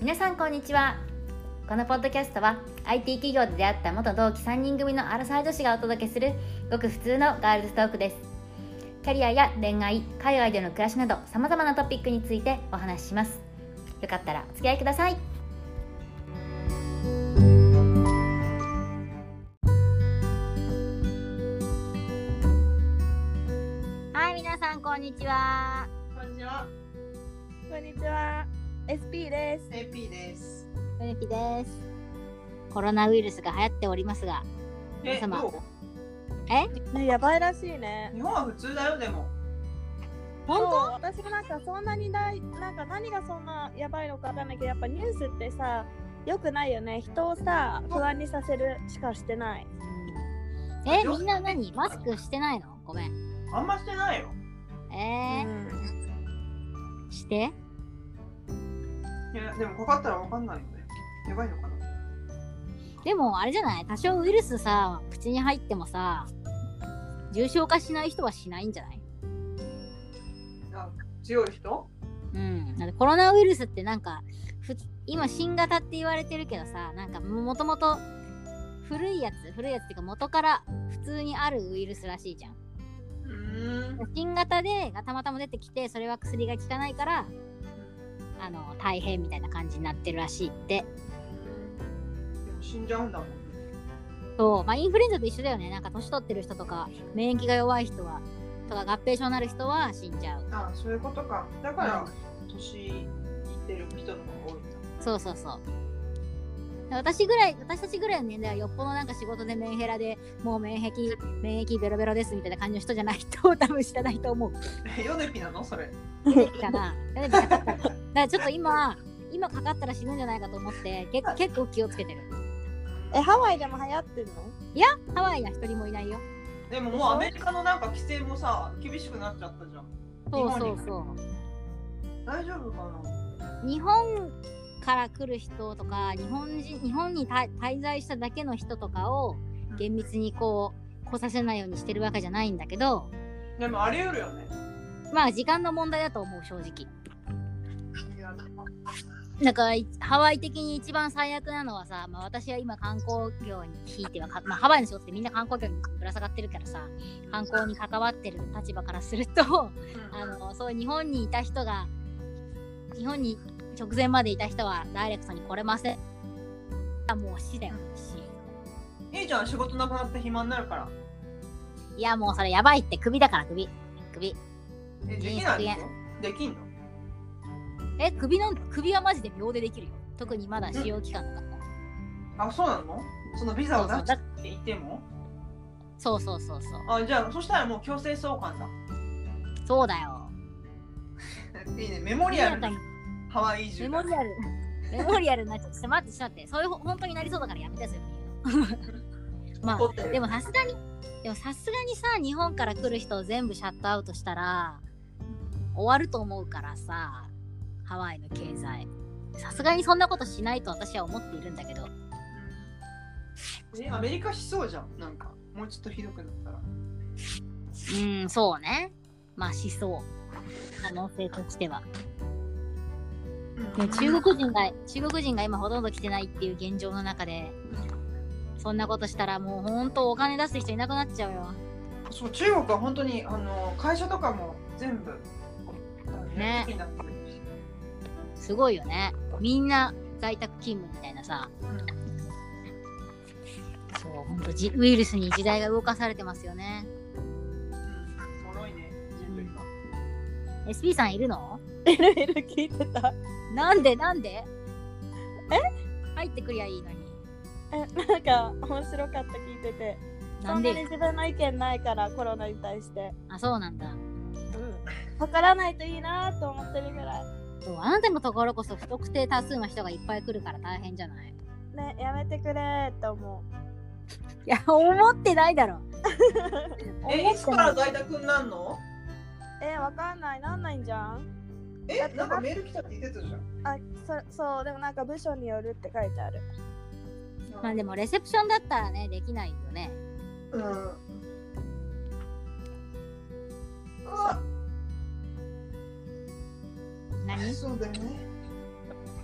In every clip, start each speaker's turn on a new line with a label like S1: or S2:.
S1: 皆さんこんにちはこのポッドキャストは IT 企業で出会った元同期3人組のアラサー女子がお届けするごく普通のガールズトークですキャリアや恋愛海外での暮らしなどさまざまなトピックについてお話ししますよかったらお付き合いくださいはい皆さんこんにちは
S2: こんにちは、
S3: こんにちは。SP です。
S2: AP です。
S1: ふゆきですコロナウイルスが流行っておりますが皆様
S2: どう
S3: ね、やばいらしいね。
S2: 日本は普通だよ、でも。
S3: そう私もなんかそんなにない、なんか何がそんなやばいのかわかんないけど、やっぱニュースってさ、よくないよね。人をさ、不安にさせるしかしてない。
S1: えみんな何マスクしてないのごめん
S2: あんましてないよ。
S1: え
S3: うん
S1: ー、して
S2: いや、でもかかったらわかんないよね。やばいのかな。
S1: でもあれじゃない多少ウイルスさ口に入ってもさ重症化しない人はしないんじゃない
S2: あ強い人
S1: うんだってコロナウイルスってなんかふ今新型って言われてるけどさなんかもともと古いやつ古いやつっていうか元から普通にあるウイルスらしいじゃん
S2: うーん。
S1: 新型でがたまたま出てきてそれは薬が効かないからあの大変みたいな感じになってるらしいって
S2: でも死んじゃうんだもん。
S1: そう、まあ、インフルエンザと一緒だよね。なんか年取ってる人とか、免疫が弱い人は、とか合併症になる人は死んじゃう。
S2: あそういうことか。だから、年いってる人の方が多いんだ。
S1: そうそうそう。私ぐらい、私たちぐらいの年代はよっぽどなんか仕事でメンヘラでもう免疫、免疫ベロベロですみたいな感じの人じゃないと 多分知らないと思う。
S2: え、 ヨネピなのそれ。
S1: 出てきたな。出てきただからちょっと今、今かかったら死ぬんじゃないかと思って、け結構気をつけてる。
S3: え、ハワイでも流行ってんの
S1: ハワイは一人もいないよ。
S2: でももうアメリカのなんか規制もさ、厳しくなっちゃったじゃん。
S1: そうそうそう。
S2: 大丈夫かな
S1: 日本から来る人とか日本人日本に滞滞在しただけの人とかを厳密にこう来させないようにしてるわけじゃないんだけど
S2: でもあり得るよね。
S1: まあ時間の問題だと思う正直
S2: いや
S1: だからいハワイ的に一番最悪なのはさ、まあ、私は今観光業にひいてはか、まあ、ハワイの仕事ってみんな観光業にぶら下がってるからさ観光に関わってる立場からすると
S2: うん
S1: あのそういう日本にいた人が日本に直前までいた人はダイレクトに来れませんあもう死だよ死
S2: いいじゃん、仕事なくなって暇になるから。
S1: いやもうそれやばいって首だから首首
S2: え、できないでしょできんの
S1: え首の首はマジで秒でできるよ特にまだ使用期間とか、
S2: あ、そうなのそのビザを出
S1: そうそう
S2: していても
S1: そうそうそうそう
S2: あ、じゃあ、そしたらもう強制送還だ。
S1: そうだよ
S2: いいね、メモリアルな
S1: に
S2: ハワイ移住
S1: メ
S2: だ。
S1: モリアルメモリアルになっちゃってちょっと待ってちょっと待ってそういうほ本当になりそうだからやめてそれ言うの まあ
S2: 怒ってる
S1: でもさすがにでもさすがにさ日本から来る人を全部シャットアウトしたら終わると思うからさハワイの経済さすがにそんなことしないと私は思っているんだけど
S2: え、アメリカしそうじゃん、なんか。もうちょっとひどくなったら。
S1: うんそうねまあしそう可能性としてはでも中国人が中国人が今ほとんど来てないっていう現状の中でそんなことしたらもうほんとお金出す人いなくなっちゃうよ
S2: そう、中国は本当に、あの、会社とかも全部、
S1: ね
S2: 好きになってるし
S1: すごいよねみんな在宅勤務みたいなさ
S2: うん
S1: そうほんとじウイルスに時代が動かされてますよね
S2: うん脆いね、人類は。
S1: SP さんいるの
S3: いろいろ聞いてた。
S1: なんでなんでえ入ってくりゃいいのに
S3: え、なんか面白かった聞いてて。
S1: な
S3: そ
S1: ん
S3: んなに
S1: で
S3: 自分の意見ないから、コロナに対して。
S1: あそうなんだ
S3: うん。わからないといいなと思ってるぐらい。
S1: そうあなたのところこそ不特定多数の人がいっぱい来るから大変じゃない
S3: ね、やめてくれーって思
S1: いや思ってない だろ
S2: え、いつから在宅になるの
S3: う。え、わかんない。なんないんじゃん
S2: え、なんかメール来たって言ってたじゃん。
S3: あそそうでもなんか部署によるって書いてある
S1: まあでもレセプションだったらねできないよね
S2: うん。うわ
S1: 何
S2: そうだよね。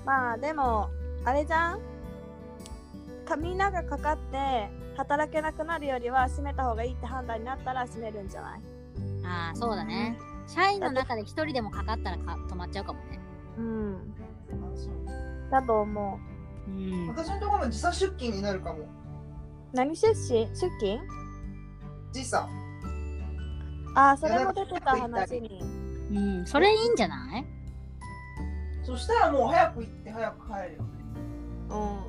S3: まあでもあれじゃんかみんながかかって働けなくなるよりは閉めた方がいいって判断になったら閉めるんじゃない
S1: ああそうだね社員の中で一人でもかかったらか止まっちゃうかもね
S3: うん
S2: あそう
S3: だと思
S1: うん
S2: 私のところも時差出勤になるかも。
S3: う何出資出勤
S2: 時差。
S3: ああそれも出てた話に
S1: うん、それいいんじゃない
S2: そしたらもう早く行って早く帰るよね。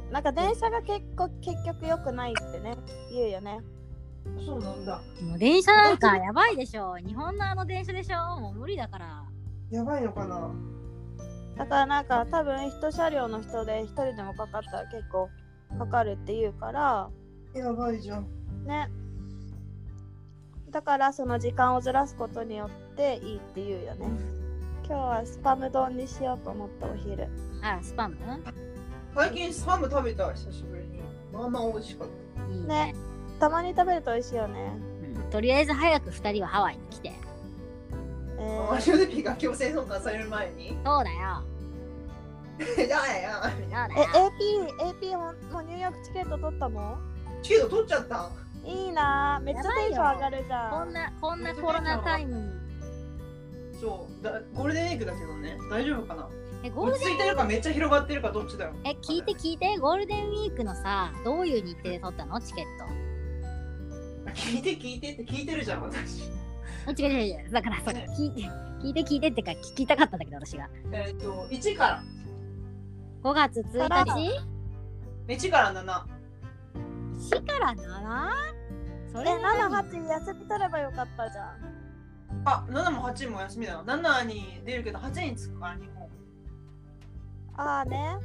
S3: うんなんか電車が結構結局良くないってね言うよね
S2: そうなんだ。
S1: もう電車なんかやばいでしょ日本のあの電車でしょもう無理だから
S2: やばいのかな
S3: だからなんか多分一車両の人で一人でもかかったら結構かかるって言うから
S2: やばいじゃん。
S3: ねだからその時間をずらすことによっていいって言うよね今日はスパム丼にしようと思ったお昼
S1: あらスパム
S2: 最近スパム食べた、久しぶりに。まあまあ美味しかった。
S1: いいね
S3: ねたまに食べると美味しいよね
S1: うんとりあえず早く2人はハワイに来て
S3: え
S2: マ
S3: ー、
S2: ジュピが強制送還される前に。
S1: そうだよそうだよ
S2: やだやだ。
S3: え AP, AP ももうニューヨークチケット取ったの
S2: チケット取っちゃった。
S3: いいなーめっちゃテンション上がるじゃ
S1: こ
S3: ん
S1: んなこんなコロナタイムに
S2: そうだ。ゴールデンウィークだけどね。大丈夫かな
S1: えゴール
S2: 落ち
S1: デン
S2: 着いてるかめっちゃ広がってるかどっちだよ。
S1: え聞いて聞いてゴールデンウィークのさどういう日程で取ったのチケット
S2: 聞いて聞いてって聞いてるじゃん、私。
S1: あ違う違う違うだからそう聞いて聞いて聞いてってか聞きたかったんだけど私が
S2: えっ、と、1から。
S1: 5月
S3: から
S1: 1日
S2: 1から7。
S1: 4から 7? そ
S3: え
S1: れ何
S3: 78休み取ればよかったじゃん
S2: あ、7も8も休みだな。7に出るけど8に着くから日本。
S3: ああね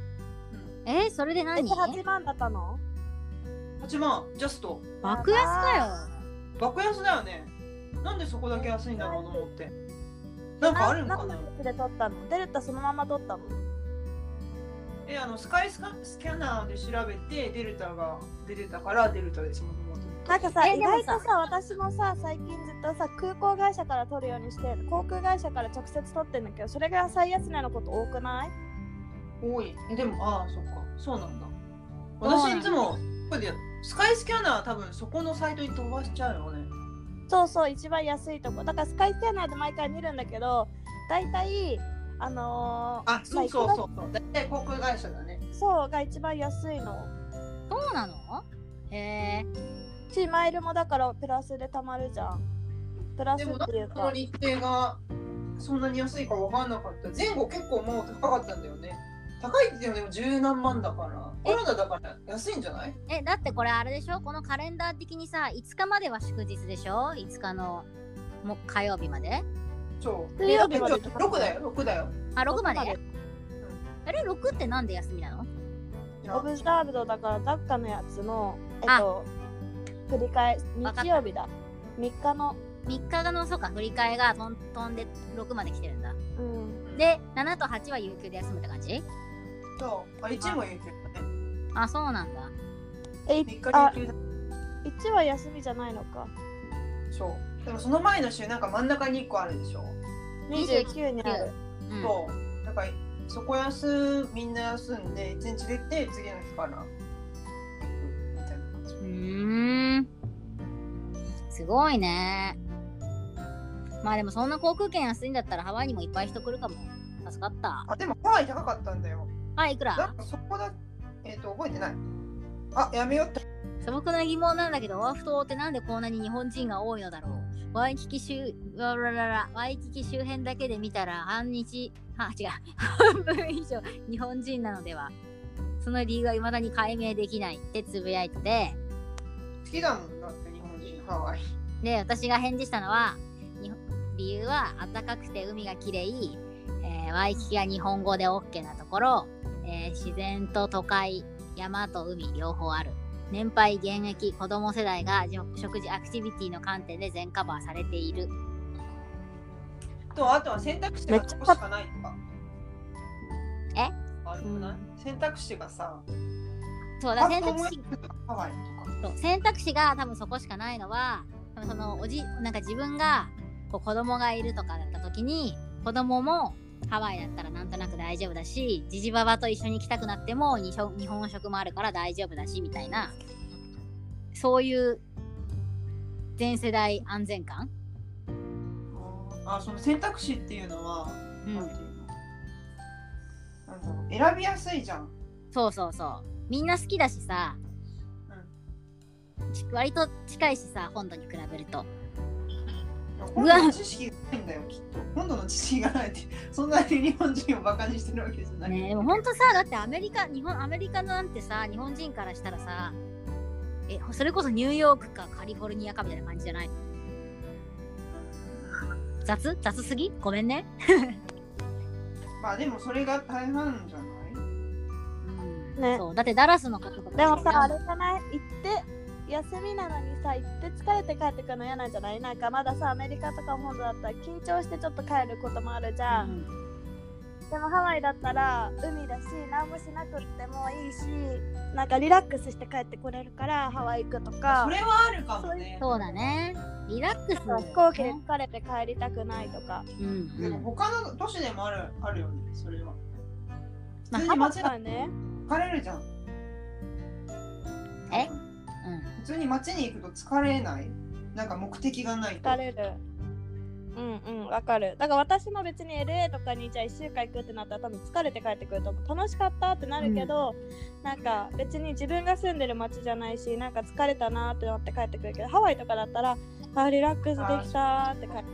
S1: えそれで
S3: え
S1: 何
S3: 8万だったの
S2: 8万、ジャスト。
S1: 爆安かよ
S2: 爆安だよね。なんでそこだけ安いんだろうと思って。なんかあるのかな
S3: 何の時で取ったのデルタそのまま取ったの
S2: え、あの、スカイスカスキャナーで調べて、デルタが出てたから、デルタですもん。
S3: なんかさ、
S1: え
S3: 意
S1: でもさ
S3: 外とさ、私もさ、最近ずっとさ、空港会社から取るようにして、航空会社から直接取ってんだけど、それが最安値のこと多くない
S2: 多い。えでも、ああ、そっか。そうなんだ。
S1: うなんだ
S2: 私いつも、これでスカイスキャナー多分そこのサイトに飛ばしちゃうよね。
S3: そうそう、一番安いとこ。だからスカイスキャナーで毎回見るんだけど、大体、あのー、
S2: あ、そうそうそう。だいたい航空会社だね。
S3: そうが一番安いの。
S1: そうなのへえ
S3: し、マイルもだからプラスで貯まるじゃん。プラ
S2: で
S3: スっ
S2: もなん
S3: て
S2: で
S3: いう
S2: この
S3: か、
S2: 日程がそんなに安いか分かんなかった前後結構もう高かったんだよね高いってでも十何万だからコロナだから安いんじゃない
S1: えだってこれあれでしょこのカレンダー的にさ5日までは祝日でしょ5日のもう火曜日まで
S2: そう
S3: 水曜日まで
S2: 今日6だよ6だよ
S1: あ6まで
S3: 六まで
S1: あれ6ってなんで休みなの
S2: い
S3: オ
S2: や
S3: ブザーブドだから、ダッカのやつの、えっ
S1: あ
S3: と、振り返り、
S1: わかった
S3: 日曜日だ。3日の。
S1: 3日がのそうか振り替えが飛ん飛んで6まで来てるんだ
S3: うん
S1: で7と8は有給で休むって感じ
S2: そうあ1も言ってたね
S1: あそうなんだ
S3: え、
S2: 3
S3: いあ
S2: 日、有給だ
S3: 1は休みじゃないのか。
S2: そうでもその前の週なんか真ん中に1個あるでしょ、
S3: 29にある。
S1: うん
S2: そうだからそこ休みんな休んで1日出て次の日から行くみたいな感じ
S1: うーんすごいねまあでもそんな航空券安いんだったらハワイにもいっぱい人来るかも助かった
S2: あでもハワイ高かったんだよ
S1: あいく
S2: な
S1: ら
S2: んかそこだ、えっ、と、覚えてない。あ、やめようって。
S1: 素朴な疑問なんだけどオアフ島ってなんでこんなに日本人が多いのだろうワイキキ周わらららワイキキ周辺だけで見たら半日 あ違う半分以上日本人なのではその理由は未だに解明できないってつぶやいてて
S2: 好きだもんだって、日本人、ハワイ。
S1: で私が返事したのは日本理由は暖かくて海がきれい、えーワイキキが日本語で OK なところ、えー自然と都会山と海両方ある年配現役子供世代がじょ食事アクティビティの観点で全カバーされている
S2: と、あとは選択肢がここしかないとか。
S1: え
S2: あれくない、選択肢がさ、
S1: そう
S2: あ
S1: だ選択肢
S2: 思いつくハワイとか。
S1: そう選択肢が多分そこしかないのは多分そのおじなんか自分がこう子供がいるとかだった時に子供もハワイだったらなんとなく大丈夫だしジジババと一緒に来たくなっても日本日本食もあるから大丈夫だしみたいなそういう全世代安全感、
S2: あその選択肢っていうのは、
S1: う
S2: なん
S1: ん
S2: ていうのなんだろう選びやすいじゃん。
S1: そうそうそうみんな好きだしさ、ち割と近いしさ本土に比べると
S2: 本土の知識がないんだよ、きっと。本土の知識がないって、そんなに日本人をバカにしてるわけじゃない。
S1: ねえでもほんとさだってアメリカ日本アメリカなんてさ日本人からしたらさえそれこそニューヨークかカリフォルニアかみたいな感じじゃない雑雑すぎごめんね、
S2: まあでもそれが大半じゃない
S3: ね
S1: そうだってダラスの方とか
S3: でもさ、あれじゃない行って、休みなのにさ、行って疲れて帰ってくるの嫌なんじゃないなんかまださ、アメリカとか本土だったら緊張してちょっと帰ることもあるじゃ。
S1: うんん
S3: でもハワイだったら海だし、何もしなくってもいいし、なんかリラックスして帰ってこれるからハワイ行くとか
S2: そ、れはあるかもね。
S1: そうだねリラックス
S3: なんか飛行機で疲れて帰りたくないとか。
S1: うんう
S2: でも
S1: ん
S2: 他の都市でもあるあるよね、それは。
S1: まあ
S2: 普通に
S3: ハワ
S2: 街
S3: イ
S2: が
S3: はね、
S2: 疲れるじゃん。
S1: え
S2: 普通に街に行くと疲れないなんか目的がないと。
S3: 疲れる。うんうん、わかる。だから私も別に LA とかにじゃあ1週間行くってなったら多分疲れて帰ってくると思う。楽しかったってなるけど、なんか別に自分が住んでる街じゃないし、なんか疲れたなってなって帰ってくるけど、ハワイとかだったら、あ、リラックスできたって帰って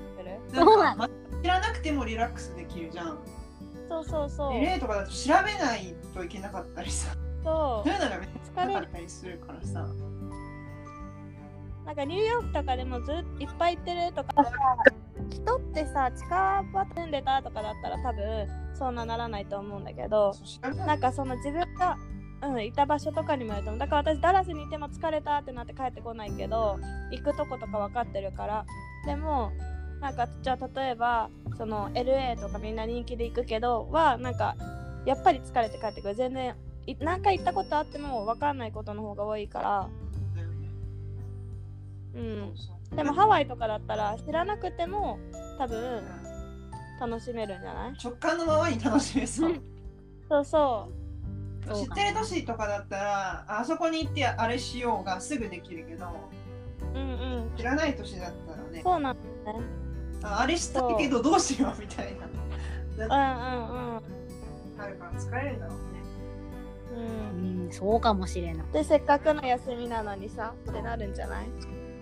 S3: くる。
S2: なん
S1: そうな
S2: か知らなくてもリラックスできるじゃん。
S3: そうそうそう。
S2: LA とかだと調べないといけなかったりさ。
S3: そ
S2: そういうのがめっち
S3: う
S2: ゃな
S3: 疲れ
S2: か
S3: る。
S2: ったりするからさ。
S3: なんかニューヨークとかでもずっといっぱい行ってるとかさ、人ってさ、近場住んでたとかだったら多分そんなならないと思うんだけど、
S2: そう調べな
S3: ないんかその自分が、うん、いた場所とかにもよると思うだから私ダラスにいても疲れたってなって帰ってこないけど行くとことか分かってるからでもなんかじゃあ例えばその LA とかみんな人気で行くけどはなんかやっぱり疲れて帰ってくる全然い何回行ったことあっても分かんないことの方が多いから、
S2: んだよね。そう、
S3: うん
S2: そう
S3: でもハワイとかだったら知らなくても多分
S2: うん
S3: 楽しめるんじゃない
S2: 直感のままに楽しめそう。
S3: そうそ
S1: そう
S2: 知ってる都市とかだったらああそこに行ってあれしようがすぐできるけど
S3: ううんうん
S2: 知らない都市だったらね
S3: そうなんだね
S2: ああれしたいけどどうしようみたいな
S3: うんうんうん
S2: あるから疲れるだろうね。
S3: うん
S1: うんそうかもしれない
S3: でせっかくの休みなのにさってなるんじゃない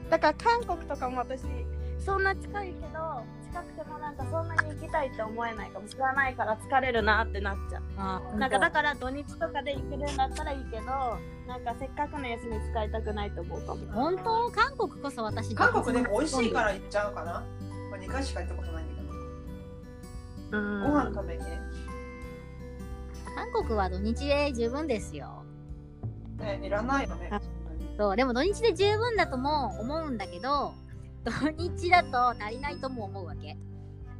S3: だから韓国とかも私そんな近いけど近くてもなんかそんなに行きたいって思えないかも知らないから疲れるなってなっちゃ
S1: あ
S3: うなんかだから土日とかで行けるんだったらいいけどなんかせっかくの休み使いたくないと思うかも
S1: 本当韓国こそ私
S2: 韓国でも美味しいから行っちゃうかな。まあ、2回しか行ったことないんだけど。
S3: うん
S2: ご飯食べにね、
S1: 韓国は土日で十分ですよ
S2: ねいらないよね。
S3: あ
S2: 本当に
S1: そうでも土日で十分だとも思うんだけど土日だと足りないとも思うわけ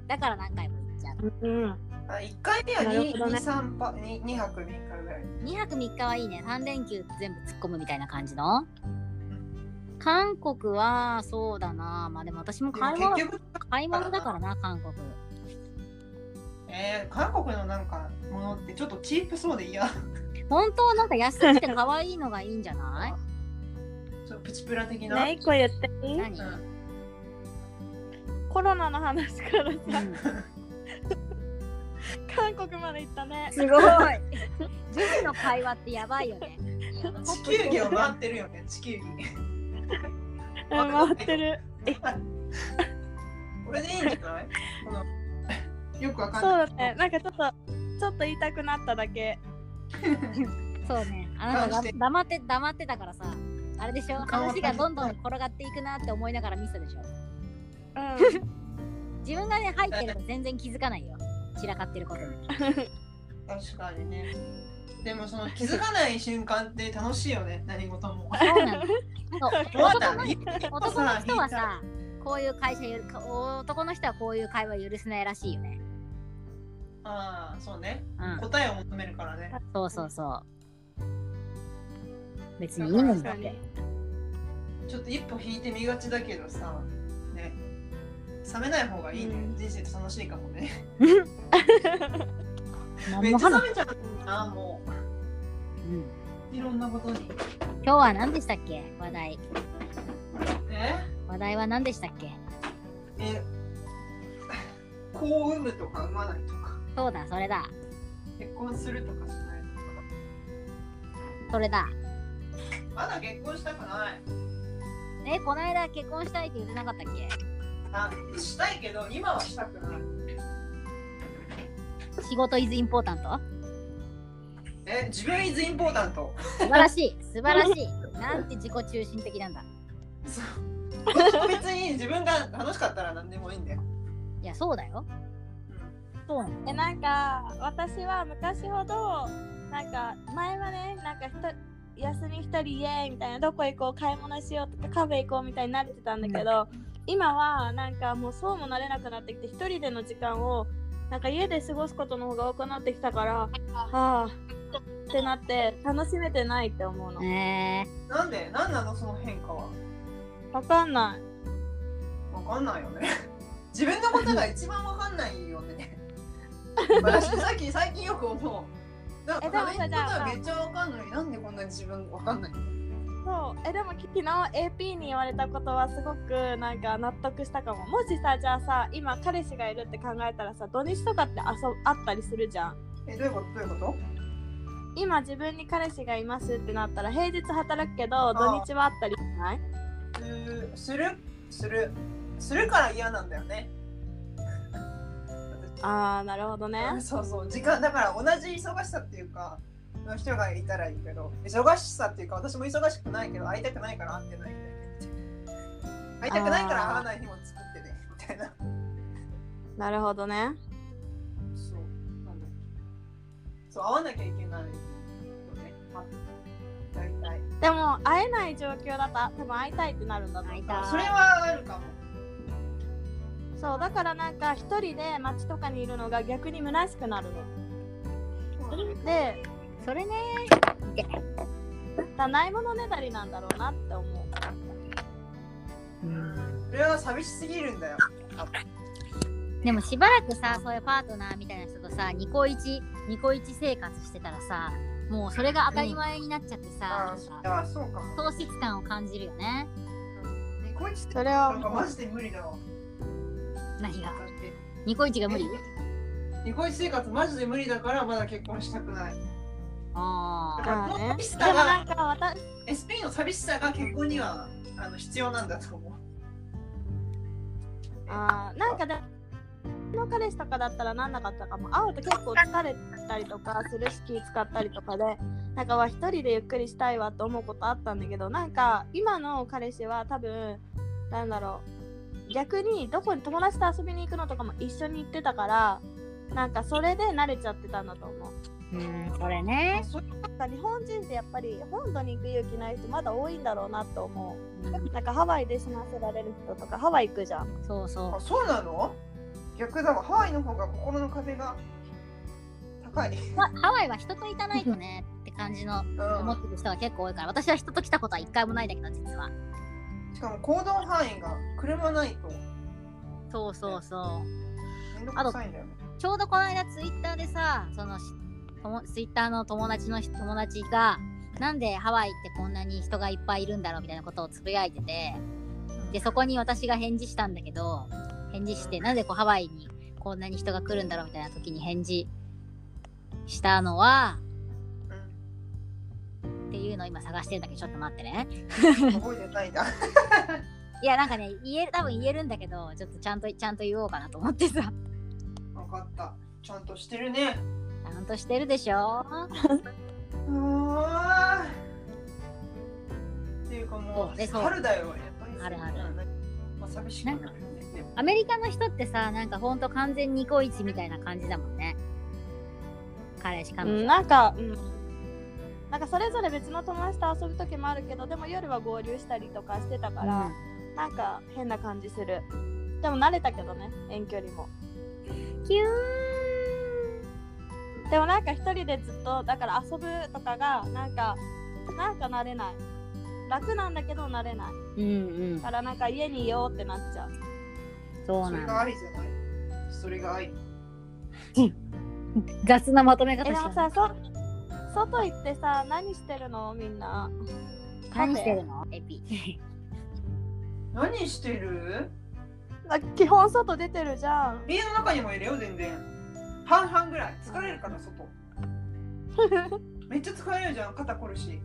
S1: だから何回も行っちゃう
S3: うん
S2: あ1回目は
S3: なる
S2: 2,
S3: ほどね
S2: 2, 三泊 2, 2泊3日ぐらい。
S1: 2泊3日はいいね3連休全部突っ込むみたいな感じの韓国はそうだなまあでも私も買い
S2: でも
S1: 物
S2: 結局、
S1: 買い物だからな韓国
S2: えー韓国のなんかものってちょっとチープそうで嫌。
S1: 本当はなんか安くて可愛いのがいいんじゃ ない
S2: ちょっとプチプラ的な。
S3: ね一個言っていい
S1: 何、
S2: う
S1: うん
S2: ん
S3: コロナの話から さ
S1: す
S3: 韓国まで行ったね
S1: ごい女子の会話ってやばいよね
S2: 地球儀を回ってるよね、地球儀。
S3: うん回ってる
S2: これでいいんじゃないこのよくわ
S3: そ
S2: か
S3: うん
S2: な
S3: だ
S2: い。
S3: ねなんかちょっとちょっと言いたくなっただけ
S1: そうね。あなた
S2: あ
S1: が
S2: して
S1: 黙って黙ってたからさ、あれでしょ。話がどんどん転がっていくなって思いながら見せたでしょ。
S3: うん
S1: 自分がね入ってると全然気づかないよ。散らかってることに。
S2: 確かにね。でもその気づかない瞬間って楽しいよね、何事 も。
S1: そうなの。そう
S2: そう
S1: 男
S2: だ
S1: の
S2: ね
S1: 男の人はさ、こういう会社ゆる男の人はこういう会話許せないらしいよね。
S2: ああ、そうね。
S1: うん。
S2: 答えを求めるからね。
S1: そうそうそう。別にいい のにだっ
S3: 確か
S1: て
S3: に。
S2: ちょっと一歩引いてみがちだけどさ、ね、冷めない方がいいね。
S3: うん
S2: 人生って楽しいかもね。めっちゃ
S1: 何の
S2: 冷
S1: 話
S2: めちゃうな、も
S1: うん
S2: う。いろんなことに。
S1: 今日は何でしたっけ話題
S2: え
S1: 話題は何でしたっけ
S2: え、子を産むとか産まないとか、
S1: そうだそれだ
S2: 結婚するとかしないと
S1: それだ
S2: か。まだ結婚したくない。
S1: えこないだ結婚したいって言ってなかったっけ
S2: あしたいけど、今はしたくない。
S1: 仕事イズインポータント
S2: え、自分 is important。
S1: 素晴らし い素晴らしいなんて自己中心的なんだ
S2: そう別に自分が楽しかったら何でもいいんだよ。
S1: いやそうだよそうなんだ
S3: えなんか私は昔ほどなんか前はねなんかひと休み一人イエーイみたいなどこ行こう買い物しようとかカフェ行こうみたいになってたんだけど、今はなんかもうそうもなれなくなってきて一人での時間をなんか家で過ごすことの方が多くなってきたからはあってなって楽しめてないって思うの
S1: え
S2: なんで何なのその変化は
S3: わかんない
S2: わかんないよね。 自分のことが一番わかんないよ ね。私さっき最近よく思う。だ
S3: え
S2: か
S3: でも
S2: ら他
S3: さ
S2: 人の
S3: じ
S2: こと
S3: ゃあ
S2: はめっちゃわかんない。なんでこんなに自分わかんないの
S3: そうえでもき昨日 AP に言われたことはすごくなんか納得したかももしさじゃあさ今彼氏がいるって考えたらさ土日とかって遊あったりするじゃん
S2: え、どういうことどういうこと
S3: 今自分に彼氏がいますってなったら平日働くけど土日はあったりしない
S2: すするするするから嫌なんだよね。
S3: あーなるほどね
S2: そうそう時間だから同じ忙しさっていうかの人がいたらいいけど忙しさっていうか私も忙しくないけど会いたくないから会ってないんだよね会いたくないから会わない日も作ってねみたいな
S3: なるほどね
S2: そうなんだっけそう会わなきゃいけないよねあ大体
S3: でも会えない状況だと多分会いたいってなるんだと思
S1: 会
S3: う
S1: いたい
S2: それはあるかも
S3: そうだからなんか一人で街とかにいるのが逆に虚しくなるので
S1: ー、それね
S3: だないものねだりなんだろうなって思う
S2: うんそれは寂しすぎるんだよ
S1: でもしばらくさそういうパートナーみたいな人とさニコイチニコイチ生活してたらさもうそれが当たり前になっちゃってさ、
S2: あ
S1: なんか
S2: あそうかも
S1: 喪失感を感じるよね
S2: ニコイチって
S3: それは
S2: なんかマジで無理だわ
S1: 何が
S2: だって
S1: ニコイチが無理
S2: ニコイチ生活マジで無理だからまだ結婚したくない
S1: ああ
S2: だか
S3: あ
S2: ら
S3: ー
S2: も
S3: ね
S2: う寂し
S3: でも
S2: さ
S3: な
S2: が
S3: んか私
S2: SP の寂しさが結婚にはあの必要なんだと思う。
S3: あーなんかでの彼氏とかだったらなんなかったかも会うと結構疲れたりとかするし気使ったりとかでなんかは一人でゆっくりしたいわと思うことあったんだけどなんか今の彼氏は多分なんだろう逆にどこに友達と遊びに行くのとかも一緒に行ってたからなんかそれで慣れちゃってたんだと思う
S1: うんそれね
S3: なんか日本人ってやっぱり本土に行く勇気ない人まだ多いんだろうなと思うなんかハワイで済ませられる人とかハワイ行くじゃん
S1: そうそ
S2: あ、そうなの逆だわ。ハワイの方が心の壁が高い。
S1: うハハワイは人と行かないとねって感じの
S2: うん、
S1: 思ってる人が結構多いから私は人と来たことは一回もないんだけど実は
S2: しかも行動範囲が車ないと
S1: そうそうそう
S2: めんどくさいんだよね。
S1: ちょうどこの間ツイッターでさそのしともツイッターの友達の人友達がなんでハワイってこんなに人がいっぱいいるんだろうみたいなことをつぶやいててでそこに私が返事したんだけど返事してなんでこうハワイにこんなに人が来るんだろうみたいな時に返事したのはっていうのを今探してるんだけどちょっと待ってね
S2: うん、覚えてないんだ。
S1: いやなんかね言える多分言えるんだけどちょっとちゃんとちゃんと言おうかなと思ってさ
S2: わかった。ちゃんとしてるね。
S1: ちゃんとしてるでしょ
S2: うわーっていうかも
S1: そう
S2: う
S1: ねそう
S2: 春だよ。やっぱり
S1: 春春
S2: うんまあ、寂しくなるよね。
S1: アメリカの人ってさなんかほんと完全ニコイチみたいな感じだもんね彼氏彼
S3: うん、
S1: 女
S3: なんか、うん、なんかそれぞれ別の友達と遊ぶ時もあるけどでも夜は合流したりとかしてたから、なんか変な感じするでも慣れたけどね遠距離も
S1: キューン
S3: でもなんか一人でずっとだから遊ぶとかがなんかなんか慣れない楽なんだけど慣れない
S1: うんうん
S3: だからなんか家にいようってなっちゃう
S1: そう
S2: それ
S1: なん
S2: が
S1: だ
S2: 愛じゃない。それが愛。
S1: 雑なまとめ方
S3: えでも
S1: してる
S3: さそ外行ってさ何してるのみんな
S1: 何してるのエ ピ
S2: 何してる
S3: あ基本外出てるじゃん
S2: 家の中にも入れよう全然半々ぐらい疲れるから外めっちゃ疲れるじゃん肩こるし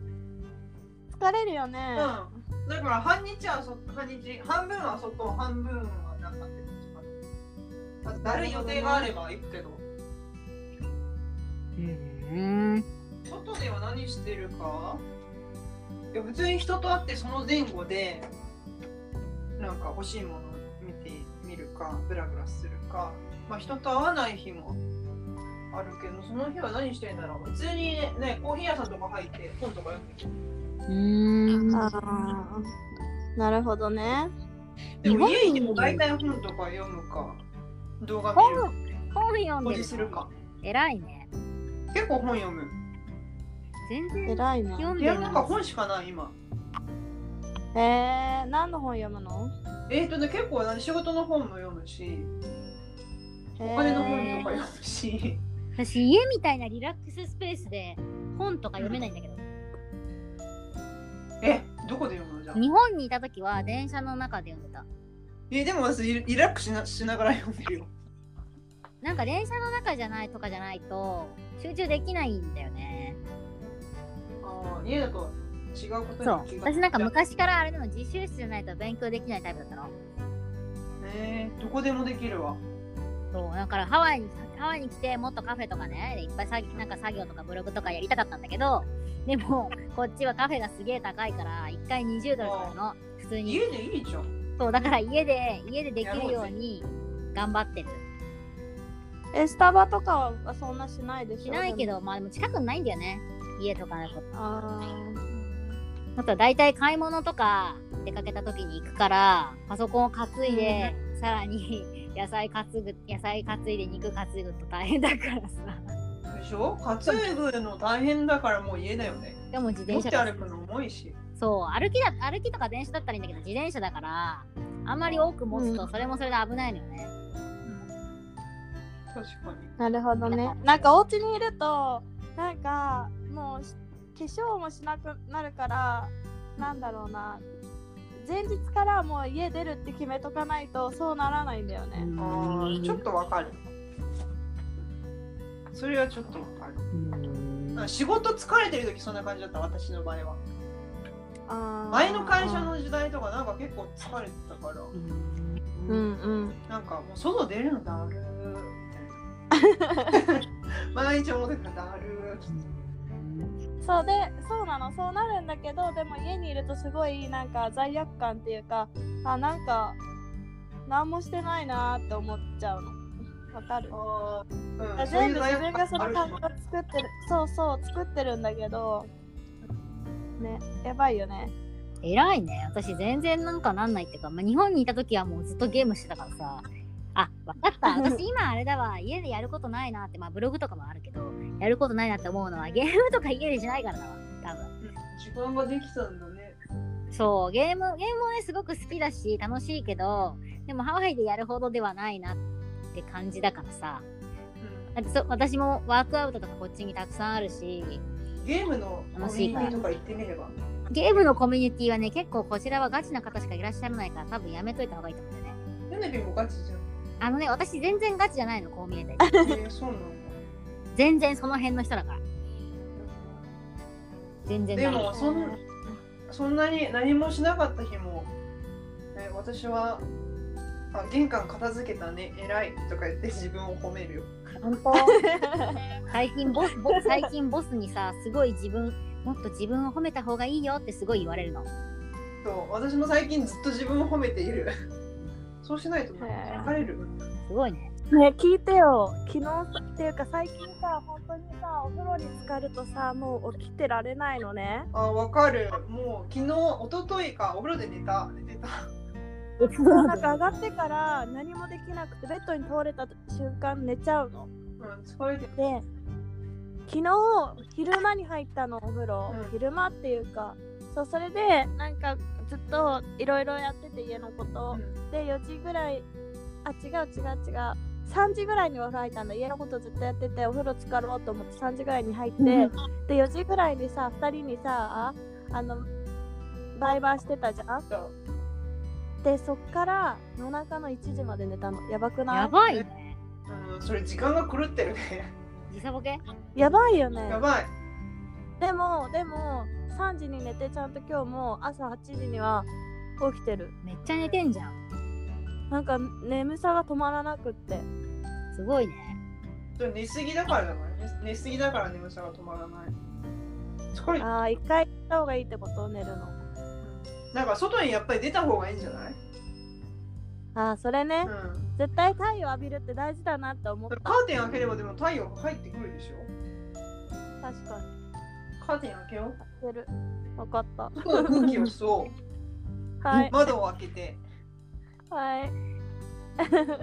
S3: 疲れるよね、
S2: うんだから半日はそ半日半分は外半分は中って感じかなまあだるい予定があれば行くけど
S1: うん
S2: 外では何してるかいや普通に人と会ってその前後でなんか欲しいものを見てみるかブラブラするか、まあ、人と会わない日もあるけどその日は何してんだろう普通にねコーヒー屋さんとか入って本とか読んでる
S1: うん
S3: あーなるほどね
S2: でも
S1: 日本に
S2: 家にも大体本とか読むか動画見る
S1: 本本読んで
S2: か掃除
S1: る
S2: するか
S1: 偉いね
S2: 結構本読む
S1: 全然
S3: 偉いね
S1: 読ん
S2: 部
S1: で
S2: 屋
S1: る
S2: の中本しかない今
S3: えー、何の本読むの
S2: えー、とね結構な仕事の本も読むしお
S3: お
S2: 金の本とか読むし、
S1: 私家みたいなリラックススペースで本とか読めないんだけど、
S2: えどこで読むのじゃあ
S1: 日本にいた時は電車の中で読んでた
S2: えでも私リリラックスしなしながら読んでるよ
S1: なんか電車の中じゃないとかじゃないと集中できないんだよね
S2: あー家だと違うことに
S1: そう
S2: 気が
S1: 私なんか昔からあれでも自習室じゃないと勉強できないタイプだったの
S2: えー、どこでもできるわ
S1: そうだからハワイにハワイに来てもっとカフェとかねでいっぱいさなんか作業とかブログとかやりたかったんだけどで もこっちはカフェがすげえ高いから1回20ドルとかの普通に
S2: 家でいいじゃん
S1: そうだから家で家でできるように頑張ってる
S3: えスタバとかはそんなしないでしょ
S1: しないけどまあでも近くないんだよね家とかのこと
S3: あー
S1: あとは大体買い物とか出かけた時に行くからパソコンを担いで、さらに 野菜担ぐ野菜担いで肉担ぐと大変だからさ
S2: でしょ担ぐの大変だからもう家だよね
S1: でも自
S2: 持
S1: 転
S2: っ
S1: 車
S2: て歩くの重いし
S1: そう歩きだ歩きとか電車だったらいいんだけど自転車だからあんまり多く持つ
S3: う
S1: と
S3: ん
S1: それもそれで危ないのよね、
S2: 確かに
S3: なるほどねなんかお家にいるとなんかもうし化粧もしなくなるからなんだろうな前日からもう家出るって決めとかないとそうならないんだよね、
S2: あーちょっとわかるそれはちょっとわかるなんか仕事疲れてる時そんな感じだった私の場合は
S3: あー
S2: 前の会社の時代とかなんか結構疲れてたから
S3: うんうん
S2: なんかもう外出るのだるーみたい な毎日思ってただる
S3: そうでそうなのそうなるんだけどでも家にいるとすごいなんか罪悪感っていうかあなんか何もしてないなーって思っちゃうのわかる
S2: ーあー、うん、
S3: 全部自分がその感
S2: 覚
S3: 覚作ってるそうそう作ってるんだけどねやばいよね
S1: 偉いね私全然なんかなんないっていうか、まあ、日本にいた時はもうずっとゲームしてたからさあ分かった私今あれだわ家でやることないなってまあブログとかもあるけどやることないなって思うのはゲームとか家でしないからだわ多分
S2: 時間ができたんだね
S1: そうゲームゲームもねすごく好きだし楽しいけどでもハワイでやるほどではないなって感じだからさだってそ私もワークアウトとかこっちにたくさんあるし
S2: うん、ゲームのコミュニティとか行ってみれば
S1: ゲームのコミュニティはね結構こちらはガチな方しかいらっしゃらないから多分やめといた方がいいと思うんだよね
S2: ヨネピもガチじゃん
S1: あのね私全然ガチじゃないのこう見えて
S2: えー、そうなんだ
S1: 全然その辺の人だから全然
S2: で
S1: ない
S2: もそ んそんなに何もしなかった日も、ね、私はあ玄関片付けたね偉いとか言って自分を褒めるよ
S1: 本当最近ボ スボ最近ボスにさすごい自分もっと自分を褒めた方がいいよってすごい言われるの
S2: そう私も最近ずっと自分を褒めている そうしないとなんか
S3: へー
S2: 疲れる
S1: すごいね
S3: ね聞いてよ昨日っていうか最近さ本当にさお風呂に浸かるとさもう起きてられないのね
S2: あわかるもう昨日一昨日かお風呂で寝た寝てた
S3: なんか上がってから何もできなくてベッドに倒れた瞬間寝ちゃうの
S2: うん疲れてる
S3: で昨日昼間に入ったのお風呂、
S2: うん
S3: 昼間っていうかそうそれでなんかずっといろいろやってて家のこ
S2: う
S3: と、
S2: ん
S3: で4時ぐらいあ違う違う違う3時ぐらいにお風呂入ったんだ家のことずっとやっててお風呂浸かろうと思って3時ぐらいに入って、
S2: うん
S3: で4時ぐらいにさ2人にさあのバイバイしてたじゃん
S2: そう
S3: でそっから夜中の1時まで寝たのやばくない
S1: やばいね
S2: うん、それ時間が狂ってるね。
S1: 時差ボケ
S3: やばいよね
S2: やばい。
S3: でもでも3時に寝てちゃんと今日も朝8時には起きてる
S1: めっちゃ寝てんじゃん
S3: なんか眠さが止まらなくって
S1: すごいね
S2: それ寝すぎだからじゃない寝寝すぎだから眠さが止まらない。これ、
S3: ああ一回行った方がいいってこと寝るの
S2: なんか外にやっぱり出た方がいいんじゃない
S3: ああそれね、
S2: うん。
S3: 絶対太陽浴びるって大事だなって思っ
S2: それ
S3: た
S2: カーテン開ければでも太陽が入ってくるでしょ
S3: 確かに
S2: カーテン開けよう。
S3: 寝る分かった
S2: 外の空気を吸おう。
S3: はい
S2: 窓を開けて。
S3: はい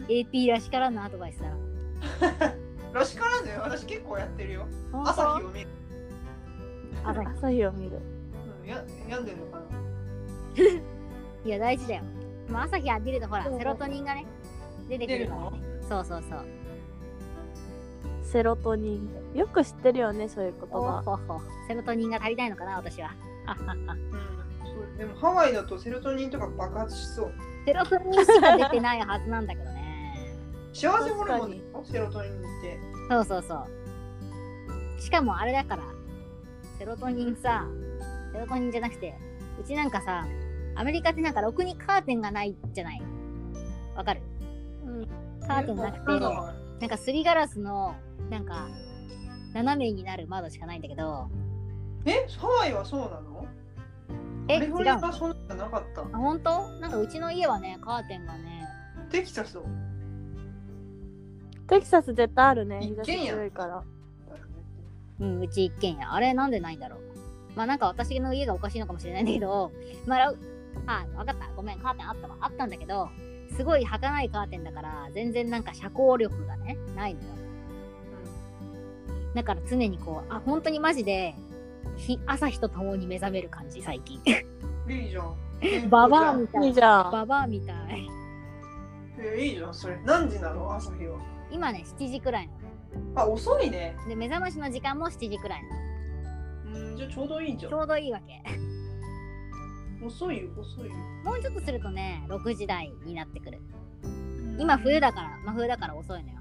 S1: AP らしからぬアドバイスだな
S2: らしからぬよ。私結構やってるよ。
S3: 本当
S2: 朝日を見る。
S1: 朝日
S3: 朝日を見る
S2: うん、や病んでるのかな。
S1: いや大事だよでも朝日浴びるとほら
S3: そう
S1: セロトニンがね出てく
S2: 出
S1: る
S2: る
S1: から
S2: の
S1: ねそうそうそう
S3: セロトニンよく知ってるよねそういう言
S1: お
S3: 葉
S1: ほほセロトニンが足りないのかな私は
S2: うんそう。でもハワイだとセロトニンとか爆発しそう。
S1: セロトニンしか出てないはずなんだけどね
S2: 幸せホルモンだよセロトニンって。
S1: そうそうそう。しかもあれだから、セロトニンさ、セロトニンじゃなくて、うちなんかさ、アメリカってなんかろくにカーテンがないじゃない。わかる
S3: うん
S1: カーテンなくて、な
S2: あ
S1: んかすりガラスの、なんか、斜めになる窓しかないんだけど、
S2: え、ハワイはそうなの
S1: え、
S2: カ
S1: 違
S2: リ
S1: う
S2: フ
S1: の
S2: ォルニア
S1: あ、
S2: はそんなのなかった。
S1: 本当なんかうちの家はね、カーテンがね、
S2: テキサスを。
S3: テキサス絶対あるね日
S2: 一
S3: 差
S2: 軒
S3: し
S2: 家
S3: 強いから
S1: うん、うち一軒家。あれなんでないんだろう。まあなんか私の家がおかしいのかもしれないんだけど、 まあら、あ、わかった。ごめん、カーテンあったわ。あったんだけど、すごい儚いカーテンだから、全然なんか遮光力がね、ないのよ。だから常にこう、あ、本当にマジで、日、朝日とともに目覚める感じ、最 近。
S2: うん、いいじゃん。え
S1: ババアみた
S3: いい
S1: い。
S3: じゃん
S1: ババアみたい。
S2: えいいじゃん、それ。何時なの朝日は。
S1: 今ね、7時くらいな
S2: あ、遅いね。
S1: の。で、目覚ましの時間も7時くらいなの。
S2: うん、じゃあちょうどいいじゃ
S1: ちょうどいいわけ。
S2: ん。遅いよ、遅いよ。
S1: もうちょっとするとね、6時台になってくる。今冬だから、真冬だから遅いのよ。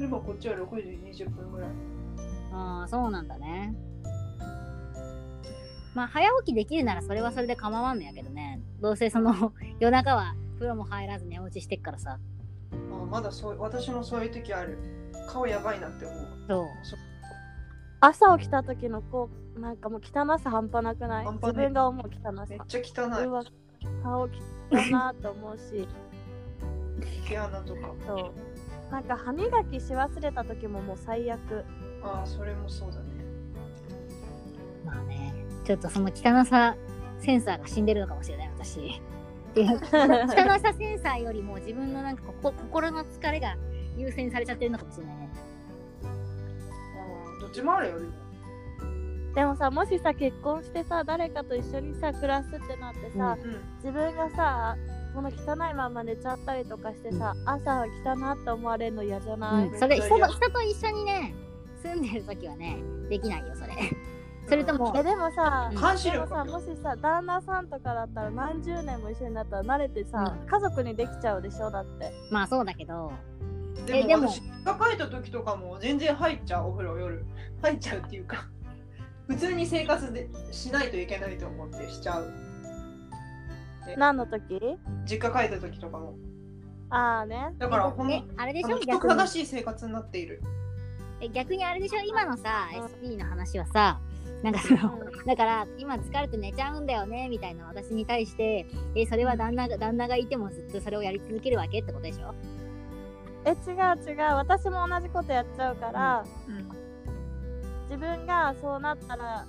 S2: 今こっちは6時20分ぐらい。
S1: ああそうなんだねまあ早起きできるならそれはそれで構わんのやけどねどうせその 夜中は風呂も入らず寝落ちしてっからさ
S2: あまだそう私もそういう時ある。顔やばいなって思う。
S1: そう
S3: 朝起きた時のこうなんかもう汚さ半端なくない
S2: 半端ない
S3: 自分が思う汚
S2: めっ
S3: さ
S2: ちゃ汚
S3: うわ顔汚いなと思うし
S2: い。毛穴とか。
S3: そうなんか歯磨きし忘れた時ももう最 悪
S2: ああ、それもそうだね。
S1: まあねちょっとその汚さセンサーが死んでるのかもしれない私 っていう汚さセンサーよりも自分のなんかここ心の疲れが優先されちゃってるのかもしれないね
S2: ああ、どっちもあるよ、でも。
S3: でもさもしさ結婚してさ誰かと一緒にさ暮らすってなってさ、
S2: うん。
S3: 自分がさこの汚いまま寝ちゃったりとかしてさ朝は汚なって思われるの嫌じゃない、
S1: うん、それ
S2: いや
S1: 人と人と一緒にね住んでる時はねできないよそれそれとも
S3: えでもさ
S1: うん
S2: 監視
S3: で
S2: 力
S3: もさもしさ旦那さんとかだったら何十年も一緒になったら慣れてさ、家族にできちゃうでしょだって
S1: まあそうだけど
S2: でも
S1: えでも
S2: 私が帰った時とかも全然入っちゃうお風呂夜入っちゃうっていうか 普通に生活でしないといけないと思ってしちゃう
S3: 何の時
S2: 実家帰った時とかも
S3: ああね
S2: だからほん
S1: えあれでし
S2: あ
S1: ょ
S2: の人
S1: 逆に
S2: 正しい生活になっている
S1: え逆にあれでしょ今のさ
S3: うん
S1: SP の話はさなんかその
S3: う
S1: だから今疲れて寝ちゃうんだよねみたいな私に対してえそれは旦那が旦那がいてもずっとそれをやり続けるわけってことでしょ
S3: え違う違う私も同じことやっちゃうから、自分がそうなったら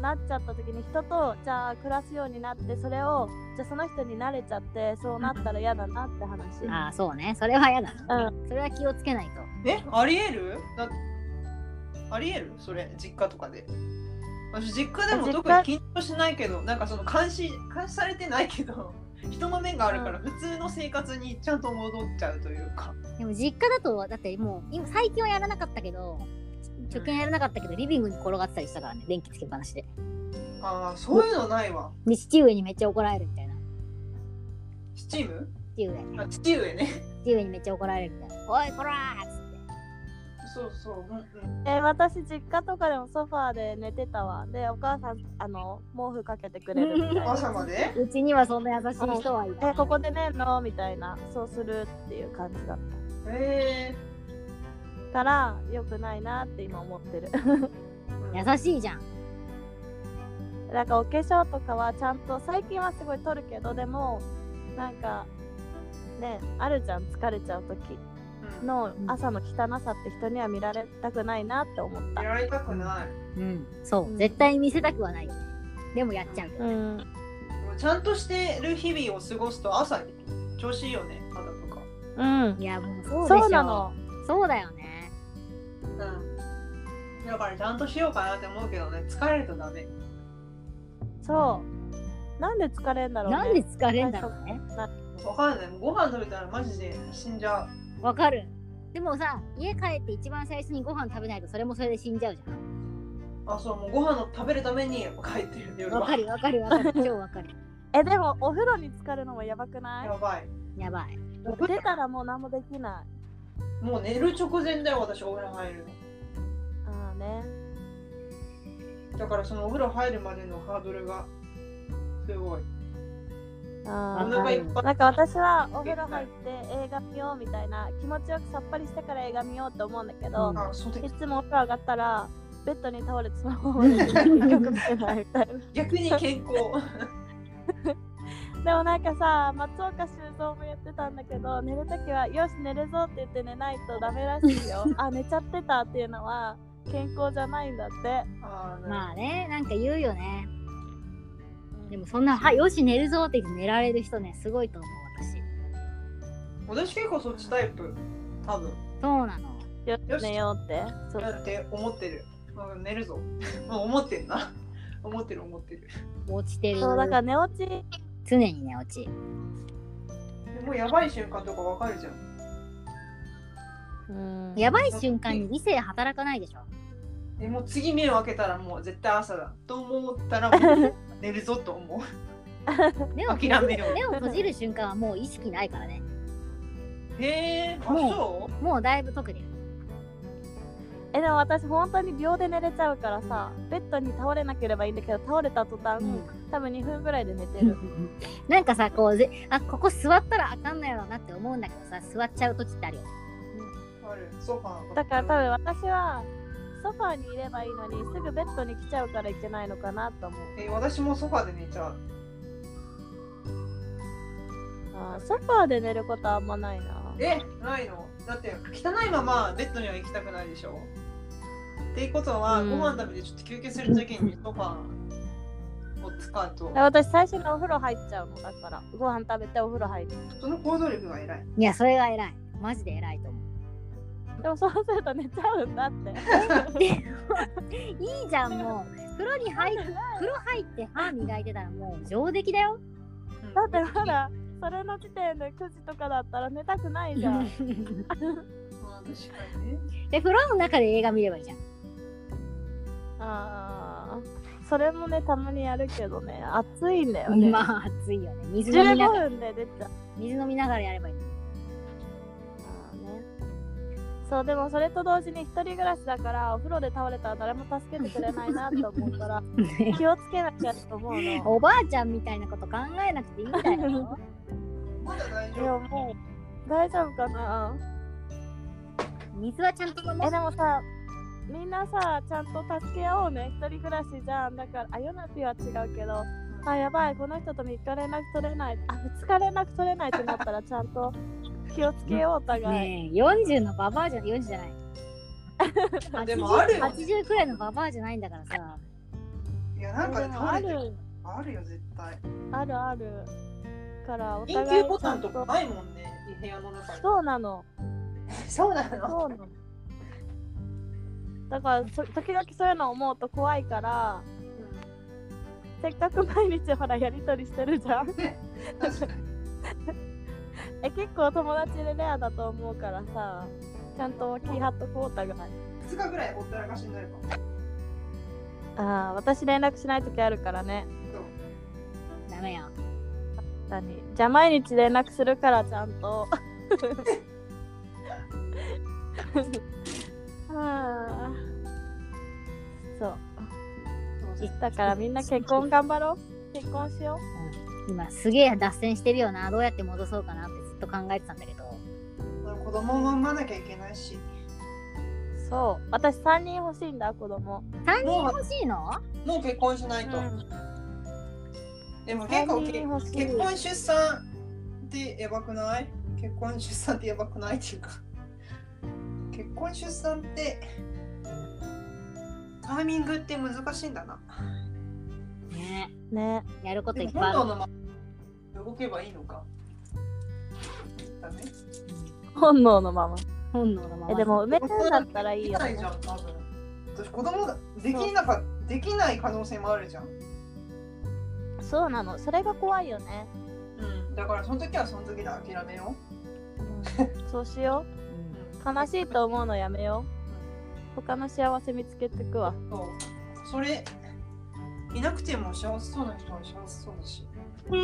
S3: なっちゃった時に人とじゃあ暮らすようになってそれをじゃあその人に慣れちゃってそうなったら嫌だなって話、
S1: ああそうねそれは嫌だ
S3: う
S1: それは気をつけないと
S2: えありえるだありえるそれ実家とかで私実家でも
S3: 実家
S2: 特に緊張しないけどなんかその監視監視されてないけど 人の面があるから普通の生活にちゃんと戻っちゃうというか
S1: でも実家だと、だってもう、今、最近はやらなかったけど、貯金やらなかったけど、リビングに転がってたりしたからね、電気つけっぱなしで。
S2: ああそういうのないわ
S1: で、父上にめっちゃ怒られるみたいな。
S2: スチーム
S1: 父上。
S2: あ父上ね
S1: 父上にめっちゃ怒られるみたいな。おい、こらーっつって。
S2: そうそう、うん
S3: えー私実家とかでもソファーで寝てたわでお母さんあの毛布かけてくれるみたい
S2: うん、
S3: な
S2: 朝まで
S1: うちにはそんな優しい人はい
S3: え
S1: ない。
S3: ーここで寝んのみたいなそうするっていう感じだっ
S2: へえ
S3: たから良くないなって今思ってる
S2: うん
S1: 優しいじゃん。
S3: なんかお化粧とかはちゃんと最近はすごい取るけどでもなんかねあるじゃん疲れちゃう時
S2: うん
S3: の朝の汚さって人には見られたくないなって思った
S2: やられたくない
S1: うん。そうう。
S3: ん
S1: 絶対見せたくはない。でもやっちゃう。
S3: うん
S2: ちゃんとしてる日々を過ごすと朝調子いいよね肌とか
S3: うん
S1: いや、もうそうでしょ。
S3: そうな。の
S1: そうだよね。
S2: うんだからちゃんとしようかなって思うけどね疲れるとダメ
S3: そうなんで疲れんだろうね
S1: なんで疲れんだろうね。
S2: わかんないご飯食べたらマジで死んじゃ
S1: わかる。でもさ、家帰って一番最初にご飯食べないとそれもそれで死んじゃうじゃ
S2: うあそうもうご飯の食べるために帰ってる夜
S1: ん。わ
S2: は
S1: かるわかるわかる。超わかる。
S3: えでもお風呂に浸かるのもやばくない
S2: やばい
S1: やばい。
S3: 出たらもう何もできない
S2: もう寝る直前だよ私お風呂入る
S3: ああね
S2: のだからそのお風呂入るまでのハードルがすごいお
S3: あ
S1: わか
S2: 腹
S1: る
S2: いっぱ
S3: あ
S2: い
S3: なんか私はお風呂入って映画見ようみたいな気持ちよくさっぱりしてから映画見ようと思うんだけど、
S2: あそうで
S3: いつもお風呂上がったらベッドに倒れてそのま まに曲見てないみたいな
S2: 逆に健康
S3: でもなんかさ松岡修造も言ってたんだけど寝るときは「よし寝るぞ」って言って寝ないとダメらしい よあ寝ちゃってたっていうのは健康じゃないんだって
S2: あー
S1: まあね、なんか言うよね。でもそんな、はい、よし寝るぞって言って寝られる人ね、すごいと思う、私。
S2: 私結構そっちタイプ多分
S1: そうなの。
S3: よし寝ようってそう
S2: だって思ってる、うん、寝るぞ まあ思ってんな思ってる思ってる
S1: 落ちてる。
S3: そうだから寝落ち
S1: 常にね、落ち。
S2: でもうやばい瞬間とかわかるじゃん
S3: うん
S1: やばい瞬間に理性働かないでしょ。
S2: でもう次目を開けたらもう絶対朝だと思った らもう寝るぞと思う
S1: 目を閉じ
S2: 諦めよう
S1: 目を閉じる瞬間はもう意識ないからね。
S2: へえあ
S1: もう
S2: そ
S1: もうだいぶ解けてる。
S3: えでも私本当に秒で寝れちゃうからさベッドに倒れなければいいんだけど倒れた途端、多分2分ぐらいで寝てる
S1: なんかさ、こうぜ、あ、ここ座ったらあかんのやろなって思うんだけどさ、座っちゃう時ってあるよ。
S2: うあるソファー
S3: だから多分私はソファーにいればいいのにすぐベッドに来ちゃうからいけないのかなと思う
S2: え私もソファーで寝ちゃう
S3: あーソファーで寝ることはあんまないな
S2: えないのだって汚いままベッドには行きたくないでしょっていうことは、
S3: うん
S2: ご飯食べてちょっと休憩するときにソファーを使うと
S3: 私最初にお風呂入っちゃうのだからご飯食べてお風呂入る
S2: その行動力が偉い
S1: いや、それが偉い。マジで偉いと思う。
S3: でもそうすると寝ちゃうんだっ て
S1: いいじゃん、もう。風呂に入って、風呂入って歯磨いてたらもう上出来だよ。
S3: だってまだそれの時点で9時とかだったら寝たくないじゃん
S2: まあ確かにね
S1: で、風呂の中で映画見ればいいじゃん。
S3: あーそれもねたまにやるけどね暑いんだよね、
S1: まあ、暑いよね。水飲みながら、
S3: 15分で出ちゃう
S1: 水飲みながらやればいい。
S3: あーねそうでもそれと同時に一人暮らしだからお風呂で倒れたら誰も助けてくれないなと思うから 気をつけなきゃと思うの
S1: おばあちゃんみたいなこと考えなくていいんだ よ。
S2: まだ大
S3: いや
S2: 丈
S3: もう大丈夫かな
S1: 水はちゃんと飲も
S3: え
S1: う。
S3: でもさみんなさちゃんと助け合おうね一人暮らしじゃんだからあヨナピは違うけどあやばいこの人と3日連絡取れないあ2日連絡取れないってなったらちゃんと気をつけようお互い、
S1: ねえ、40のババアじゃない、40じゃない。
S2: 夫でもあるよ
S1: 80くらいのババアじゃないんだからさ。
S2: いや
S3: え
S2: なんか
S3: で
S2: ね
S3: も
S2: 倒
S3: あ
S2: れてる
S3: る
S2: あるよ絶対
S3: あるあるからお
S2: 緊
S3: 互い
S2: 急ボタンと
S3: ちゃ
S2: か
S3: ん
S2: ないもんね部屋の中に
S3: そうなの
S2: そうな
S3: そうなのだからそ時々そういうの思うと怖いからせっかく毎日ほらやりとりしてるじゃん
S2: 確かに。
S3: え結構友達でレアだと思うからさちゃんと気張っとこうたが
S2: 2日ぐらいほったらかしになれば。
S3: ああ私連絡しない時あるからね
S1: ダメよ。
S3: だにじゃあ毎日連絡するからちゃんと ああそう
S2: そう
S3: だからみんな結婚頑張ろう結婚しよ
S1: 今すげえ脱線してるよな。どうやって戻そうかなってずっと考えてたんだけど。
S2: 子供も産まなきゃいけないし。
S3: うそう私3人欲しいんだ子供
S1: 3人欲しいの
S2: もう結婚しないと。
S3: うん
S2: でも結構
S3: 三人欲しい
S2: 結婚出産ってやばくない結婚出産ってやばくないっていうか。結婚出産ってタイミングって難しいんだな。
S1: ね
S3: ね
S1: やることい
S2: でも
S1: っぱい
S2: 本
S1: ある
S2: 堂。のまま動けばいいのか。だね。
S3: 本能のまま
S1: 本能のまま。
S3: えで、も埋めたんだったらいい
S2: でき
S3: よ
S2: ない
S3: ね
S2: じゃん、多分。私子供ができなかできない可能性もあるじゃん。
S3: そうなのそれが怖いよね、
S2: うん。だからその時はその時で諦めよ
S3: うん、そうしよ
S1: う
S2: う。
S1: ん、
S3: う悲しいと思うのやめよう他の幸せ見つけてくわ
S2: そう。それ、いなくても幸せそうな人は幸せそうだし。
S3: うん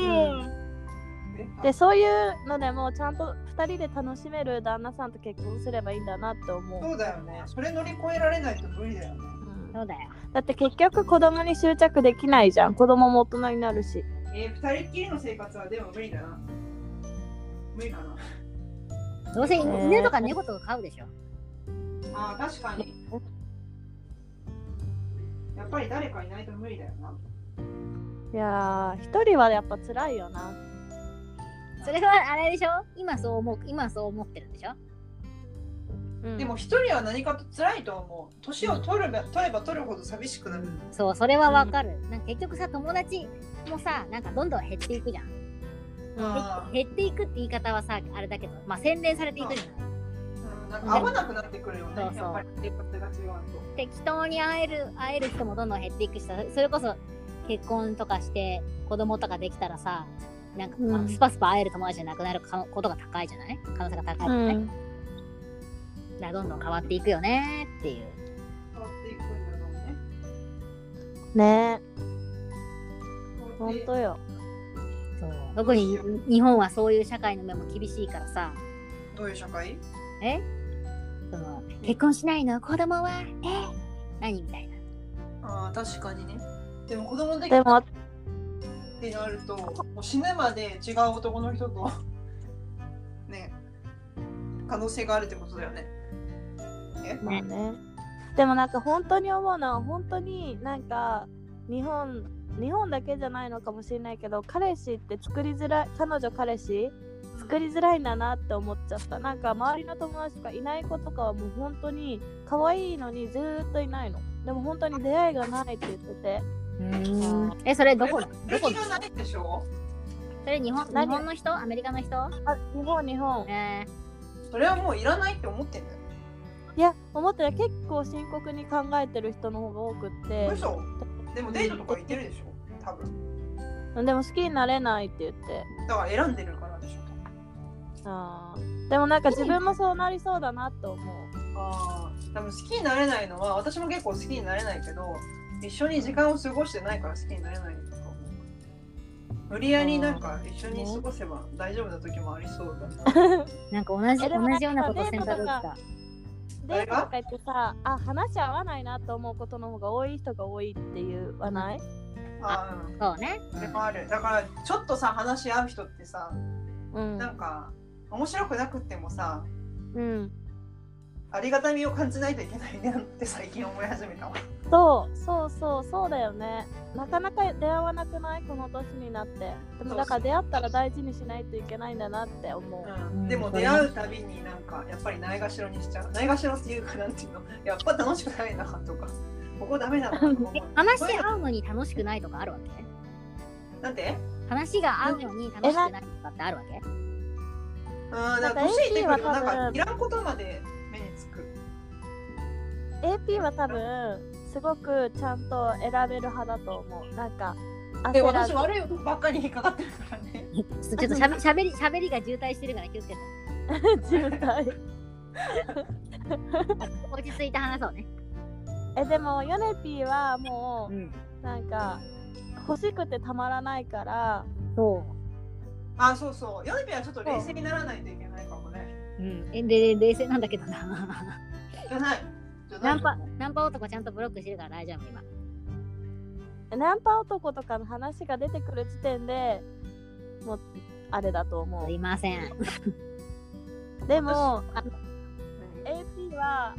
S2: え
S3: でそういうのでもちゃんと2人で楽しめる旦那さんと結婚すればいいんだなって思う
S2: そうだよね。それ乗り越えられないと無理だよね。
S3: うん
S1: そうだよ。
S3: だって結局子供に執着できないじゃん子供も大人になるし
S2: えー、二人っきりの生活はでも無理だな。無理かな。
S1: どうせ
S3: ね
S1: 犬とか猫とか飼うでしょ。
S2: ああ、確かに。やっぱり誰かいないと無理だよな。
S3: いやー1人はやっぱ辛いよな
S1: それはあれでしょ今そう思う、今そう思ってるんでしょ
S3: うん
S2: でも一人は何かと辛いと思う。年を取れば取れば取るほど寂しくなる。
S1: そう、それはわかる。なんか結局さ、友達もさ、なんかどんどん減っていくじゃん。
S2: うん
S1: 減っていくって言い方はさ、あれだけど、まあ洗練されていくじゃん。
S2: うんなんか合わなくなってくるよね。
S1: そうそう
S2: やっぱり生活が違うと。
S1: 適当に会える会える人もどんどん減っていくしさそれこそ結婚とかして子供とかできたらさなんか、
S3: うん
S1: あスパスパ会える友達じゃなくなるかことが高いじゃない可能性が高いじゃ
S3: う
S1: ない、だか
S3: ん
S1: らどんどん変わっていくよねっていう
S2: 変わっていくんだろうね。
S3: ねえ
S2: 変わ
S3: ほ
S2: って
S3: んとよ
S1: そう特に日本はそういう社会の目も厳しいからさ
S2: どういう社会？
S1: その結婚しないの子供はえ何みたいな
S2: ああ確かにね。でも子供でき
S3: で
S2: た
S3: も
S2: ってなると、もう死ぬまで違う男の人と ね可能性があるってことだよね。
S3: まあね。でもなんか本当に思うのは本当になんか日本日本だけじゃないのかもしれないけど彼氏って作りづらい彼女彼氏作りづらいんだなって思っちゃったなんか周りの友達とかいない子とかはもう本当に可愛いのにずーっといないのでも本当に出会いがないって言っててん
S1: えそれどこ
S2: だ
S1: のどこの
S2: がないでしょ。
S1: それ日本日
S3: 何
S1: 本の人アメリカの人
S3: あ日本日本
S1: え
S2: それはもういらないって思ってんだよ。
S3: いや思ったら結構深刻に考えてる人の方が多くって
S2: 嘘でもデートとか行ってるでしょ多分
S3: でも好きになれないって言って
S2: だから選んでるからでしょ
S3: あーでもなんか自分もそうなりそうだなと思う
S2: ああ多分好きになれないのは私も結構好きになれないけど一緒に時間を過ごしてないから好きになれないと思う無理やりなんか一緒に過ごせば大丈夫な時もありそうだな、
S1: ーなんか同じ
S3: えでも
S1: 同じようなこと
S3: なんか
S1: 選択でき
S3: デートと
S1: た
S3: デートとか言ってさあ話合わないなと思うことの方が多い人が多いっていうはない、
S2: あ
S1: そ
S2: あ
S1: うね
S2: うんそれもあるだからちょっとさ話し合う人ってさ
S3: うん
S2: なんか面白くなくってもさ
S3: うん、
S2: ありがたみを感じないといけないねって最近思い始めたわ
S3: そうそうそうそうだよねなかなか出会わなくないこの年になってでもだから出会ったら大事にしないといけないんだなって思う、
S2: うんでも出会うたびになんかやっぱりないがしろにしちゃうないがしろっていうかなんていうのやっぱ楽しくないなとかここダメだなとか 思う
S1: 話
S2: そうい
S1: し
S2: うの
S1: 合うのに楽しくないとかあるわけ
S2: なんて
S1: 話が合うのに楽しくないとかってあるわけ
S2: うんなんか
S3: なんか
S2: 年いってくると
S3: AT は
S2: な
S3: 多
S2: んか
S3: 分
S2: いらんことまで目につく
S3: AP は多分すごくちゃんと選べる派だと思うなんか
S2: で
S3: 焦ら
S2: 私
S3: ず
S2: 悪いことばっかり引っかかってるからね
S1: ちょっとしゃべしゃべりしゃべりが渋滞してるから気をつけて。
S3: 渋滞
S1: 落ち着いて話そうね。
S3: えでもヨネピーはも
S1: ん。
S3: うなんか欲しくてたまらないから
S1: そ
S2: あ、そうそう。ヨネピはちょっと冷静にならないといけないかもね。
S1: う。うん。えで冷静なんだけどな。
S2: じゃない。じゃな
S1: ナ
S2: い
S1: ンパナンパ男ちゃんとブロックしてるから大丈夫今。
S3: ナンパ男とかの話が出てくる時点でもうあれだと思
S1: いません。
S3: うでも
S2: うん
S3: AP は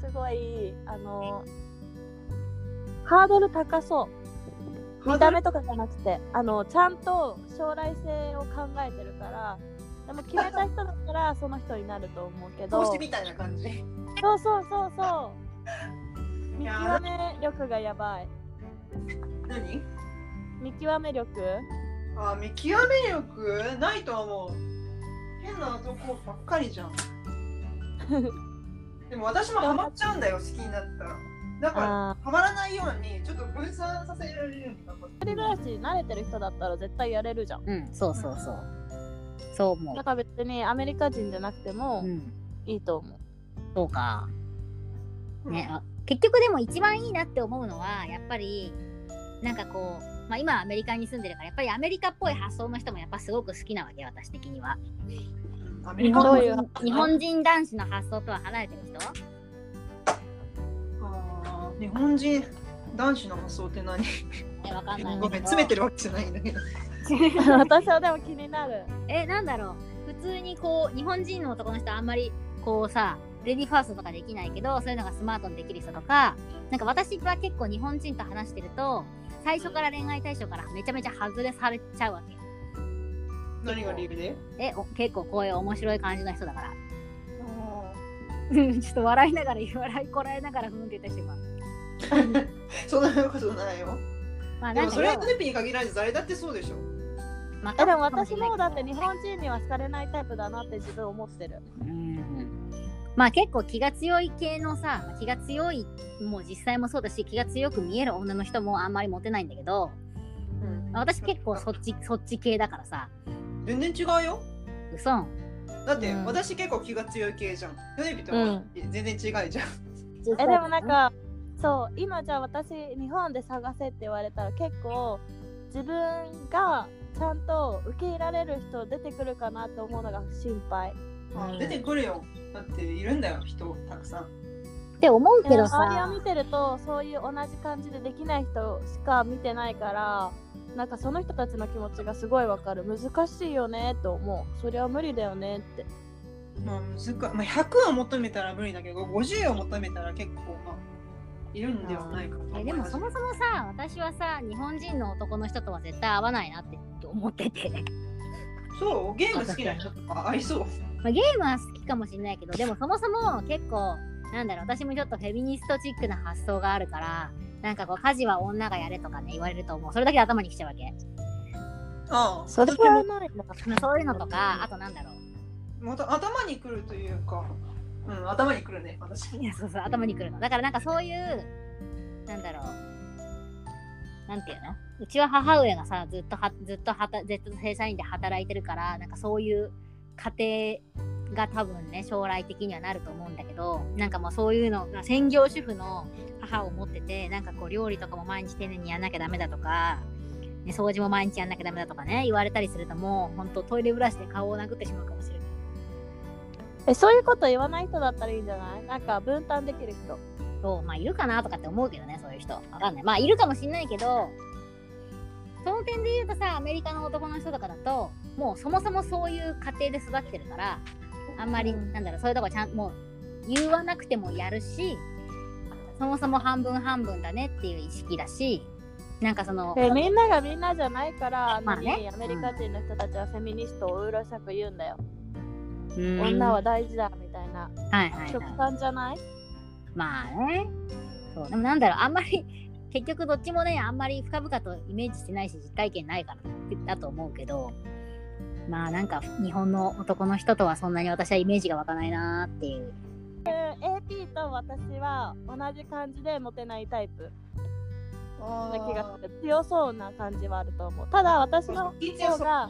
S3: すごいあのハードル高そう見た目とかじゃなくてあのちゃんと将来性を考えてるからでも決めた人だったらその人になると思うけど
S2: 投資みたいな感じ。い
S3: そうそうそうそう見
S2: や
S3: 極
S2: ー、
S3: め力がやばい
S2: 何
S3: 見極め力
S2: あ、見極め力ないとは思う。変な男ばっかりじ ゃん。でも私もハマっちゃうんだよ、好きになったら。だから、
S3: あ
S2: ハマらないように、ちょっと分散させられるように頑張って
S3: ー一人暮らしに慣れてる人だったら絶対やれるじゃん
S1: うん。そうそうそう。そう思
S3: だから別にアメリカ人じゃなくて
S1: う。う
S3: も
S1: ん。
S3: いい と思う
S1: そうか。
S2: うん
S1: ね、あ結局でも一番いいなって思うのはやっぱりなんかこう、まあ、今アメリカに住んでるからやっぱりアメリカっぽい発想の人もやっぱすごく好きなわけ私的には
S2: うんアメ
S1: 日
S2: リカ
S1: 本
S3: どうい
S2: の
S3: う
S1: 人日本人男子の発想とは離れてる人
S2: あー日本人男子の発想って何
S1: えわかんない
S2: ごめん、詰めてるわけじゃないんだけど。
S3: 私はでも気に なる
S1: えなんだろう普通にこう日本人の男の人あんまりこうさレディーファーストとかできないけどそういうのがスマートにできる人とかなんか私は結構日本人と話してると最初から恋愛対象からめちゃめちゃ外れされちゃうわけ
S2: 何が理由で
S1: えお結構こういう面白い感じの人だから
S2: あ
S1: うんちょっと笑いながら笑いこらえながら踏んでたしまう。
S2: ー そんなことないよ。
S1: まあ
S2: で
S1: な
S2: も
S1: んか
S2: それは
S1: 要
S2: ト
S1: は
S2: レピに限らず誰だってそうでしょ。
S1: また
S3: えでも私もだって日
S1: ね。
S3: 本人には好かれないタイプだなって自分思ってる
S1: うん。まあ結構気が強い系のさ気が強いもう実際もそうだし気が強く見える女の人もあんまりモテないんだけど
S2: うん
S1: 私結構そっちそっち系だからさ
S2: 全然違うよ。
S1: うそん
S2: だって
S3: うん
S2: 私結構気が強い系じゃん。ヨネピとは全然違いじゃん。
S1: え
S3: えでもなんかそう今じゃあ私日本で探せって言われたら結構自分がちゃんと受け入れられる人出てくるかなと思うのが心配
S2: あ出てくるよ。だっているんだよ、人たくさん。
S1: って思う
S3: でも
S1: けど
S3: 周りを
S1: さ
S3: 見てるとそういう同じ感じでできない人しか見てないからなんかその人たちの気持ちがすごいわかる難しいよねと思うそれは無理だよねって
S2: まあ、難しいまあ、100を求めたら無理だけど、50を求めたら結構、まあ、いるんではないかと思います。
S1: えでもそもそもさ私はさ日本人の男の人とは絶対合わないなって思ってて、
S2: そう、ゲーム好きな人とか合いそう。
S1: まあ、ゲームは好きかもしれないけどでもそもそも結構なんだろう私もちょっとフェミニストチックな発想があるからなんかこう家事は女がやれとかね言われるともうそれだけで頭にきちゃうわけ
S2: ああ
S3: それはないな
S1: まあそういうのとかあとなんだろう
S2: また頭にくるというか、うん、頭にくるね、私。
S1: いやそうそう頭にくるのだからなんかそういうなんだろうなんていうのうちは母上がさずっとはずっとはたずっと正社員で働いてるからなんかそういう家庭が多分ね将来的にはなると思うんだけどなんかもうそういうの専業主婦の母を持っててなんかこう料理とかも毎日丁寧にやんなきゃダメだとか、ね、掃除も毎日やんなきゃダメだとかね言われたりするともうほんとトイレブラシで顔を殴ってしまうかもしれない。
S3: えそういうこと言わない人だったらいいんじゃないなんか分担できる人
S1: そうまあいるかなとかって思うけどねそういう人わかんないまあいるかもしんないけどその点で言うとさアメリカの男の人とかだともうそもそもそういう家庭で育ってるからあんまり、
S3: うん
S1: なんだろうそういうとこちゃんもう言わなくてもやるしそもそも半分半分だねっていう意識だしなんかその
S3: でみんながみんなじゃないから、
S1: まあね
S3: 何アメリカ人の人たちはフェミニストをうるさく言うんだよ、
S1: うん
S3: 女
S1: は
S3: は大事だみたいない
S1: はい、
S3: 極
S1: はい、
S3: 端じゃない
S1: まあねそうでもなんだろうあんまり 結局どっちもねあんまり深々とイメージしてないし実体験ないからだと思うけどまあなんか日本の男の人とはそんなに私はイメージが湧かないなーっていう
S3: AP と私は同じ感じでモテないタイプな気がする強そうな感じはあると思うただ私の
S2: 気
S3: 方が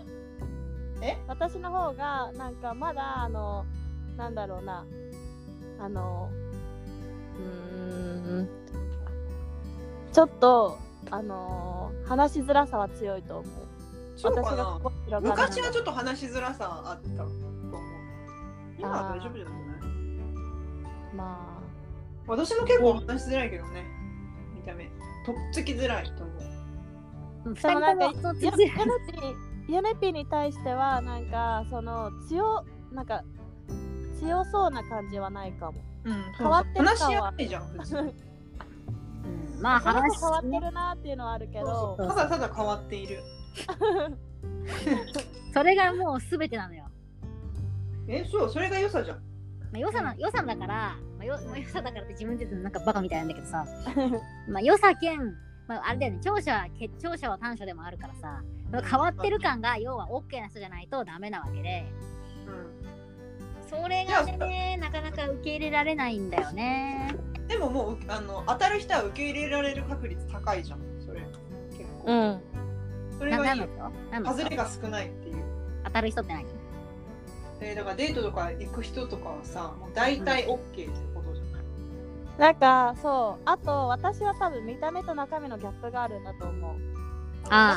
S2: え
S3: 私の方がなんかまだあのなんだろうなあのうーんちょっとあの話しづらさは強いと思う
S2: そうか
S3: が
S2: な
S3: ここ広がらない
S2: 昔はちょっと話しづらさあったと思う。今は大丈夫じゃない
S3: ま
S2: 私も結構話しづらいけどね。見た目。とっつきづらいと思
S1: 二
S2: う。
S3: でもなんか
S1: 人とも
S3: あヨヨネピヨネピに対してはなんかその強なんか強そうな感じはないかも
S2: うん、
S3: 変わってる
S2: 話し
S3: 感は
S2: やすいじゃん、普通に。
S1: うんまあ
S3: それこ
S1: 話
S3: そ変わってるなっていうのはあるけど
S2: ただただ変わっている。
S1: それがもう全てなのよ。
S2: え、そう、それが良さじゃん。
S1: まあ、良さな良さだから、まあ、よまあ良さだからって自分で言うとなんかバカみたいなんだけどさまあ良さ兼、まあ、あれだよね長所はけ長所は短所でもあるからさまあ変わってる感が要は OK な人じゃないとダメなわけで
S2: う
S1: それがねなかなか受け入れられないんだよね
S2: ん。でももう、あの、当たる人は受け入れられる確率高いじゃん。それ。結構。
S3: うん
S2: それ
S1: な
S2: が
S1: ないんの
S2: いよ。
S1: 人なんの
S2: 外
S1: 人
S2: れが少ないっていう。
S1: 当たる人って何
S2: えーだからデートとか行く人とかはさ、もう大体 OK ってことじゃない。
S3: なんかそうあと私は多分見た目と中身のギャップがあるんだと思うだ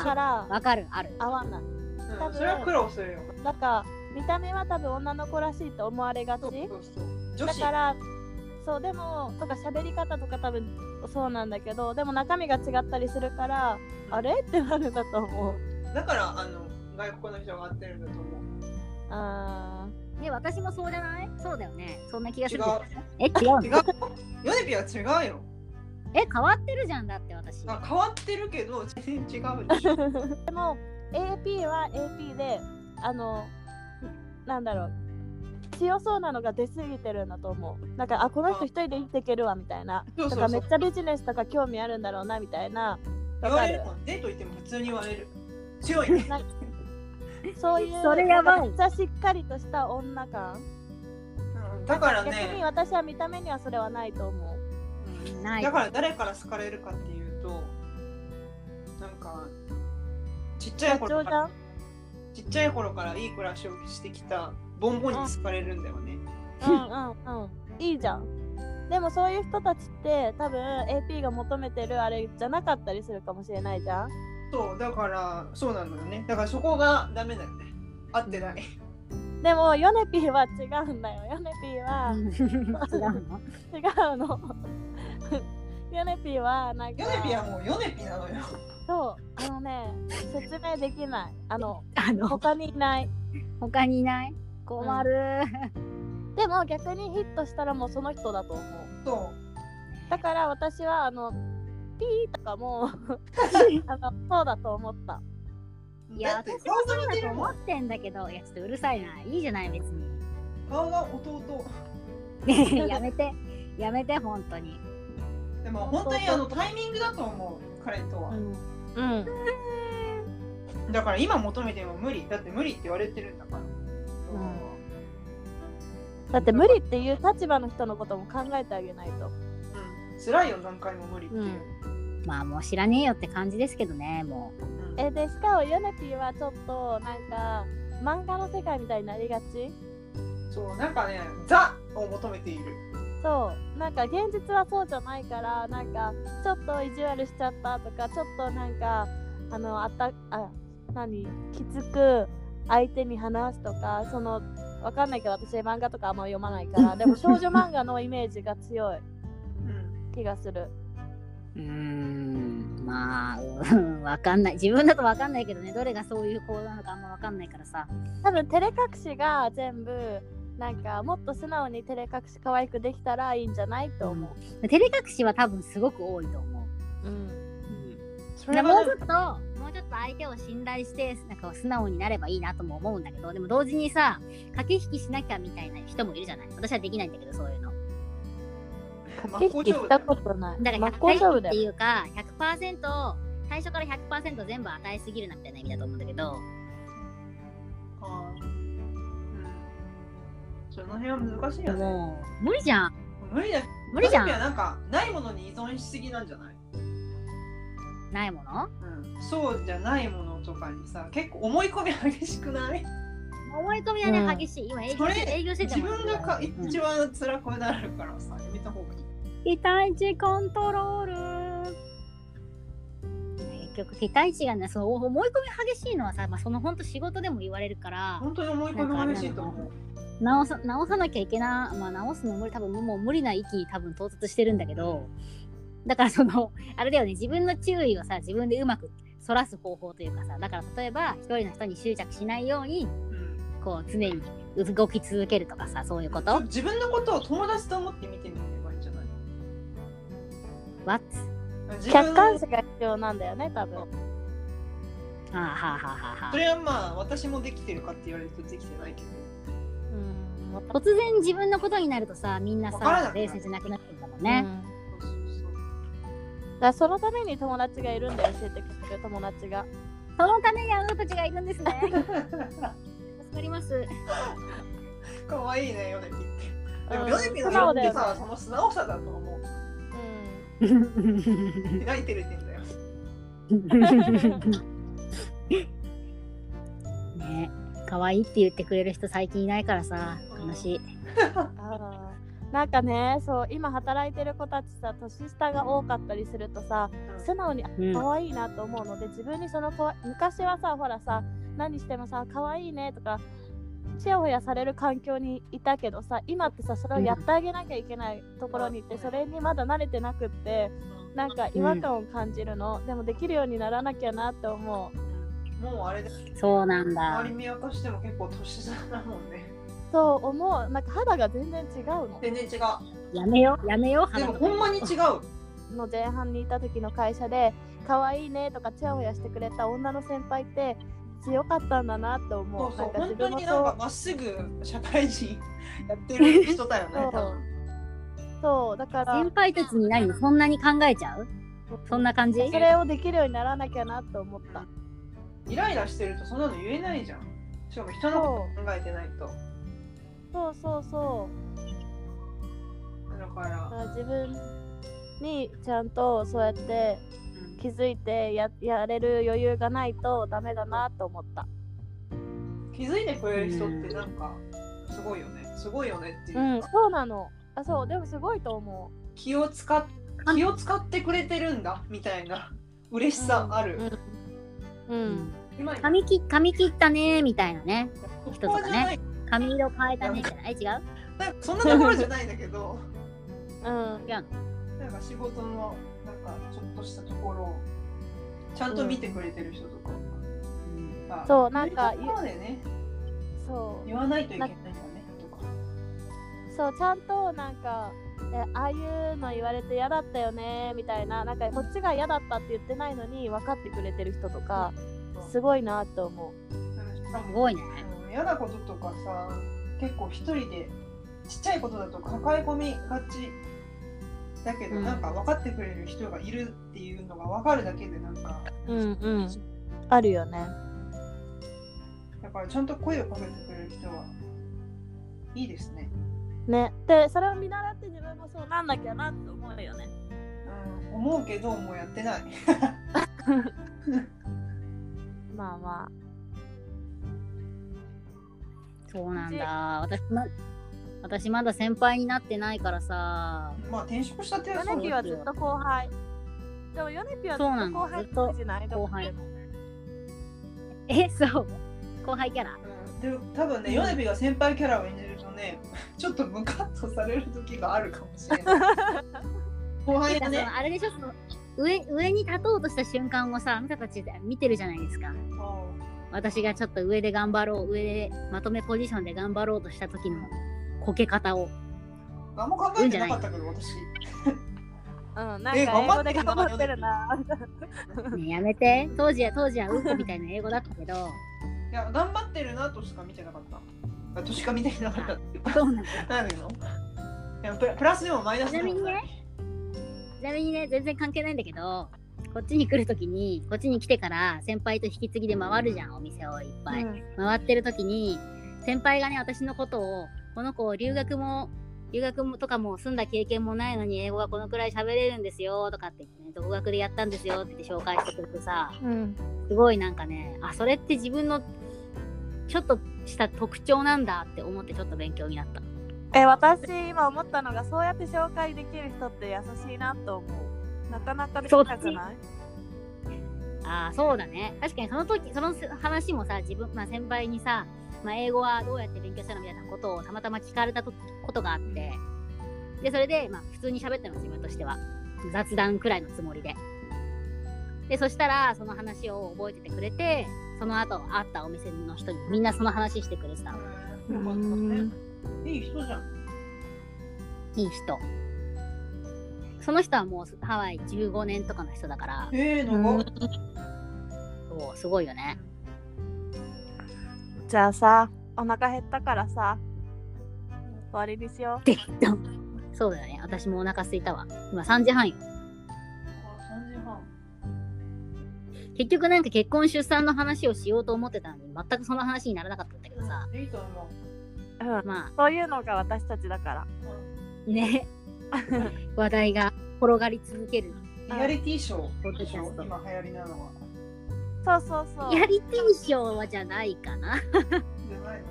S1: あ
S3: から
S1: あわかるある
S3: 合わない
S2: うん、それは苦労するよ。
S3: なんか見た目は多分女の子らしいと思われがち
S2: そうそうそう。女
S3: だ
S2: 子。
S3: からそうでもとか喋り方とか多分そうなんだけどでも中身が違ったりするからあれってなるんだと思う
S2: だからあの外国の人が合ってるんだと思う。
S3: あ
S1: ね私もそうじゃないそうだよねそんな気がす
S2: 違
S1: るえ違うの
S2: う違う。ヨネピは違うよ。
S1: え変わってるじゃんだって私
S2: あ変わってるけど全然違うでしょ。
S3: ーでも AP は AP であのなんだろう強そうなのが出過ぎてるんだと思うなんかあこの人一人で生きていけるわみたいな
S2: そう
S3: と
S2: そう
S3: か
S2: そ
S3: め
S2: う
S3: っ。ちゃビジネスとか興味あるんだろうなみたいな
S2: 言
S3: わ
S2: わ
S3: か
S2: れ
S3: る
S2: るもん。デート行っても普通に言われる。強いね。
S3: そういう
S1: それやばい
S3: なんかめっちゃしっかりとした女感
S2: うんだから
S3: 逆に
S2: ね。
S3: 私は見た目にはそれはないと思う
S2: うん
S1: ない
S2: だから誰から好かれるかっていうと、なんかちっちゃい
S3: 社
S2: 頃
S3: 長
S2: か
S3: じゃ
S2: ら
S3: ん
S2: ちっちゃい頃からいい暮らしをしてきたボンボンに好かれるんだよね。
S3: うんうんうんいいじゃんでもそういう人たちって多分 AP が求めてるあれじゃなかったりするかもしれないじゃん
S2: そうだからそうなのよね。だからそこがダメだよね。合ってない。
S3: でもヨネピーは違うんだよヨネピーは
S1: うん違うの
S3: 違うの ヨネピーはなんか
S2: ヨネピはもうヨネピなのよ。
S3: そうあのね説明できないあの
S1: あの
S3: 他にいない
S1: 他にいない困る、
S3: でも逆にヒットしたらもうその人だと思う
S2: そう。
S3: だから私はあのピーとか もあのそうだと思った
S1: いや
S2: だって
S1: 私も
S2: 顔が
S1: そう
S2: 似
S1: だ
S2: て
S1: と
S2: るも
S1: 思っ
S2: ん
S1: てんだけどいやちょっとうるさいないいじゃない別
S2: 顔が弟
S1: に やめてやめて本当に
S2: でも本当にあのタイミングだと思う彼とは、
S3: ん、うん、
S2: だから今求めても無理だって無理って言われてるんだから、
S3: だって無理っていう立場の人のことも考えてあげないと
S2: うん、辛いよ何回も無理っていう、
S3: うん
S1: まあもう知らねえよって感じですけどねもう
S2: うん
S3: えでしかもヨネピーはちょっとなんか漫画の世界みたいになりがち
S2: そうなんかねザを求めている
S3: そうなんか現実はそうじゃないからなんかちょっと意地悪しちゃったとかちょっとなんかあのあったあ何きつく相手に話すとかそのわかんないけど私漫画とかあんま読まないからでも少女漫画のイメージが強い
S2: うん
S3: 気がする
S1: うーんまあうんわかんない自分だとわかんないけどねどれがそういう行動なのかあんまわかんないからさ
S3: 多分照れ隠しが全部なんかもっと素直に照れ隠し可愛くできたらいいんじゃないと思
S1: 照れ隠しは多分すごく多いと思う
S3: う、うん、
S2: そ
S1: で
S2: れ
S1: も
S2: は
S1: うちょっともうちょっと相手を信頼してなんか素直になればいいなとも思うんだけどでも同時にさ駆け引きしなきゃみたいな人もいるじゃない私はできないんだけどそういうの
S2: 真
S3: 駆
S2: っ向
S3: け引き
S2: 勝負
S3: し
S2: だ
S3: た
S2: よ
S3: ことない
S1: だか
S3: 真
S1: ら
S3: っ向勝
S1: 100%
S3: 負
S1: って
S3: だよ
S1: いうか100%最初から100%全部与えすぎるなみたいな意味だと思うんだけど
S2: あーうんその辺は難しいよね
S1: もう無理じゃん
S2: 無理だ
S1: 無理じゃん
S2: ヨネピはなんかないものに依存しすぎなんじゃない
S1: ないもの
S2: うんそうじゃないものとかにさ結構思い込み激しくない
S1: 思い込みはね、
S3: うん
S1: 激しい。今営
S2: そ
S1: 業して
S2: れ
S1: 営業してて
S2: 自
S1: も。
S2: 分がか一番辛くなるからさ、やめた方がいい。
S1: 期待値コントロール結局期待値がねその思い込み激しいのはさ、まあ、その本当仕事でも言われるから
S2: 本当に思い込み激しいと思う。
S1: 直さ直さなきゃいけな、まあ、直すの無理多分もう無理な域に多分到達してるんだけどだからそのあれだよね自分の注意をさ自分でうまくそらす方法というかさだから例えば一人の人に執着しないように
S2: うん
S1: こう常に動き続けるとかさそういうこ
S2: そう
S1: と
S2: 自分のことを友達と思って見てみればいいんじゃない
S1: ?What?
S2: 自分
S3: 客観視が必要なんだよね多分
S1: あーはあはあはあはあ
S2: それはまあ私もできてるかって言われるとできてないけど
S1: うんもう突然自分のことになるとさみんな
S2: わからな
S1: さ
S2: くなる
S1: 冷静じゃなくなってるんだもんね、
S2: そうそうそう
S3: だからそのために友達がいるんだよ教えてくれる友達が
S1: そのためにあなたたちがいるんですね助かります
S2: 可愛いねヨネピって。でも
S3: うん
S2: ヨネピの
S3: 素直だ
S2: 色
S3: よ
S2: ってさ、
S3: ね
S2: その素直さだと思う。
S3: う
S2: 開いてる点だよ。
S1: ね可愛いって言ってくれる人最近いないからさ悲しい
S3: んあーなんかねそう今働いてる子たちさ年下が多かったりするとさ素直に
S1: うん
S3: 可愛いなと思うので自分にその子は昔はさほらさ何してもさ可愛いねとかちやほやされる環境にいたけどさ今ってさそれをやってあげなきゃいけないところに行ってそれにまだ慣れてなくってなんか違和感を感じるの、でもできるようにならなきゃなって思う
S2: もうあれだよ
S1: そうなんだ
S2: 周り見渡しても結構年下だもんね。
S3: そう思うなんか肌が全然違うの
S2: 全然違う。
S1: やめようやめよう
S2: で
S1: 花
S2: も
S1: 子
S2: ほんまに違う。
S3: の前半にいた時の会社で可愛いねとかちやほやしてくれた女の先輩って強かったんだなって思
S2: そううそ
S3: な。
S2: うん
S3: か
S2: 本
S3: 自
S2: 当
S3: 分も
S2: になん
S3: そう
S2: かまっすぐ社会人やってる人だよね。
S3: そ
S2: 多
S3: う
S2: 分
S3: そうだから
S1: 先輩たちに何そんなに考えちゃうそんな感じ
S3: それをできるようにならなきゃなと思った。
S2: イライラしてるとそんなの言えないじゃん。しかも人のこと考えてないと。
S3: そうそうそう。
S2: だか。
S3: だからら自分にちゃんとそうやって気づいてややれる余裕がないとダメだなと思った。
S2: 気づいてくれる人ってなんかすごいよね。すごいよねっていうう。
S3: ん、そうなの。あ、そう、でもすごいと思う。
S2: 気を使っ気を使ってくれてるんだみたいな嬉しさある。
S3: うん。うん。
S2: 今に
S1: 髪切髪切ったねみたいなね
S2: こ
S1: 人と
S2: こ
S1: かね
S2: じゃない。
S1: 髪色変えたねみたいなえ違う
S2: なんかそんなところじゃないんだけど、
S3: うん。
S2: なんか仕事のなんかちょっとしたところをちゃんと見てくれてる人とかが、
S3: そうなんか
S2: そういうところでね
S3: そう。
S2: 言わないといけないんだねとか。
S3: そうちゃんとなんかえああいうの言われて嫌だったよねみたいななんかこっちが嫌だったって言ってないのに分かってくれてる人とかすごいなと思
S1: すごいね
S2: うん嫌なこととかさ結構一人でちっちゃいことだと抱え込みがちだけど、
S3: うん
S2: なんか分かってくれる人がいるっていうのが分かるだけでなんか
S3: ううんうんあるよね
S2: だからちゃんと声をかけてくれる人はいいですね、
S3: ねでそれを見習って自分もそうなんなきゃなって思うよね
S2: うん、思うけどもうやってない
S3: まあまあ
S1: そうなんだ私ま私まだ先輩になってないからさ
S2: まあ転職したってやつ
S3: ヨネピはずっと後輩でもヨネピはず
S1: そうな
S3: っと
S1: の
S3: 後輩って感じない
S1: 後輩えそう後輩キャラ
S2: うんで多分ね、ヨネビが先輩キャラを演じるとね、ちょっとムカッとされる時があるかもしれ ない。後輩
S1: な
S2: が
S1: んかそ
S2: ね、
S1: のあれでしょその上上に立とうとした瞬間をさあなたたち見てるじゃないですか私がちょっと上で頑張ろう上でまとめポジションで頑張ろうとした時のこけ方を
S2: 何も考えてなかったけど、私。
S3: うんなんか
S2: え
S3: 英
S2: 頑張
S3: 語
S2: って
S3: で
S2: る
S3: 頑
S2: な
S3: 張ってるな
S1: ね、やめて当時は当時はうんこみたいな英語だったけど
S2: いや、頑張ってるなとしか見てなかった。あとしか見てなかったっていうか
S1: そうなんだ
S2: 何のいやプラプラスでもマイナスでも
S1: ちなみにちなみにね全然関係ないんだけどこっちに来る時にこっちに来てから先輩と引き継ぎで回るじゃんお店をいっぱい、
S3: うん
S1: 回ってる時に先輩がね私のことをこの子留学も留学もとかも住んだ経験もないのに英語がこのくらい喋れるんですよとかって言ってね独学でやったんですよって言って紹介してくれてさ
S3: うん
S1: すごいなんかねあそれって自分のちょっとした特徴なんだって思ってちょっと勉強になった
S3: え私今思ったのがそうやって紹介できる人って優しいなと思うなかなかできなくない
S1: ああそうだね確かにその時その話もさ自分、まあ、先輩にさ、まあ、英語はどうやって勉強したのみたいなことをたまたま聞かれたとことがあってでそれで、まあ、普通に喋ったの自分としては雑談くらいのつもりででそしたらその話を覚えててくれてその後会ったお店の人にみんなその話してくれてたの
S2: よかったね。いい人じゃん。
S1: いい人その人はもうハワイ15年とかの人だから
S2: ええ長っ
S1: そうすごいよね
S3: じゃあさお腹減ったからさ終わりにしよ
S1: 適当そうだよね私もお腹空いたわ今3時半よ
S2: 3時半。
S1: 結局なんか結婚出産の話をしようと思ってたのに全くその話にならなかったんだけどさ
S2: いいと思
S3: う、うん、
S1: ま
S3: そういうのが私たちだから
S1: あね 話題が転がり続ける
S2: う。リアリティショ
S1: ポッ
S2: ー
S1: ド
S2: で
S1: キ
S2: し
S1: ャ
S2: ょ
S1: スト
S2: 今流行りなのは。
S3: そうそうそう
S1: リアリティショーはじゃないかな
S2: じゃないの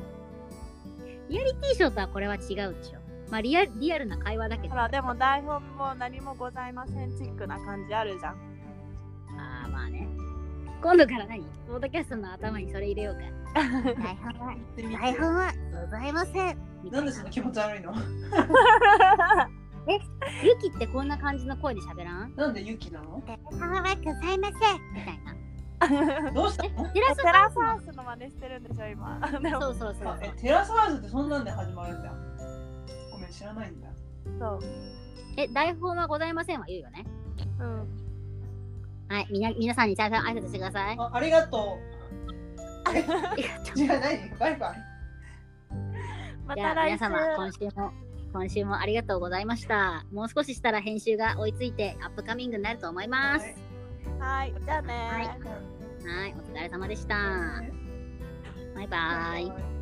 S1: リアリティショーとはこれは違うでしょまあリアリアルな会話だけど
S3: ほらでも台本も何もございませんチックな感じあるじゃん
S1: ああまあね今度から何ポッドキャストの頭にそれ入れようか 台本は
S2: 言ってみて
S1: はございませんみた
S2: ないん
S1: な
S2: でそんな気持ち悪いの
S1: ユキってこんな感じの声で喋らん
S2: なんでユキなの
S1: 台本はございませんみたいな
S2: どうしたの
S1: テラス
S3: テラスハウスの真似してるんでしょ今 でも
S1: そうそうそう
S2: あえ、テラスハウスってそんなんで始まるんだ。ごめん、知らないんだ。
S3: そう、
S1: え台本はございませんは言うよね
S3: うん、
S1: はいみな皆さんにちゃんと挨拶してください
S2: あありがと
S1: ありがとう
S2: う。じゃあ何バイバイ。
S3: ま
S1: じゃ
S3: た
S1: あ
S3: 来
S1: 皆
S3: 週
S1: 様今週も今週もありがとうございましたもう少ししたら編集が追いついてアップカミングになると思います
S2: はい
S3: はいじゃあね
S1: はいはいお疲れ様でしたバイバーイ
S2: イ。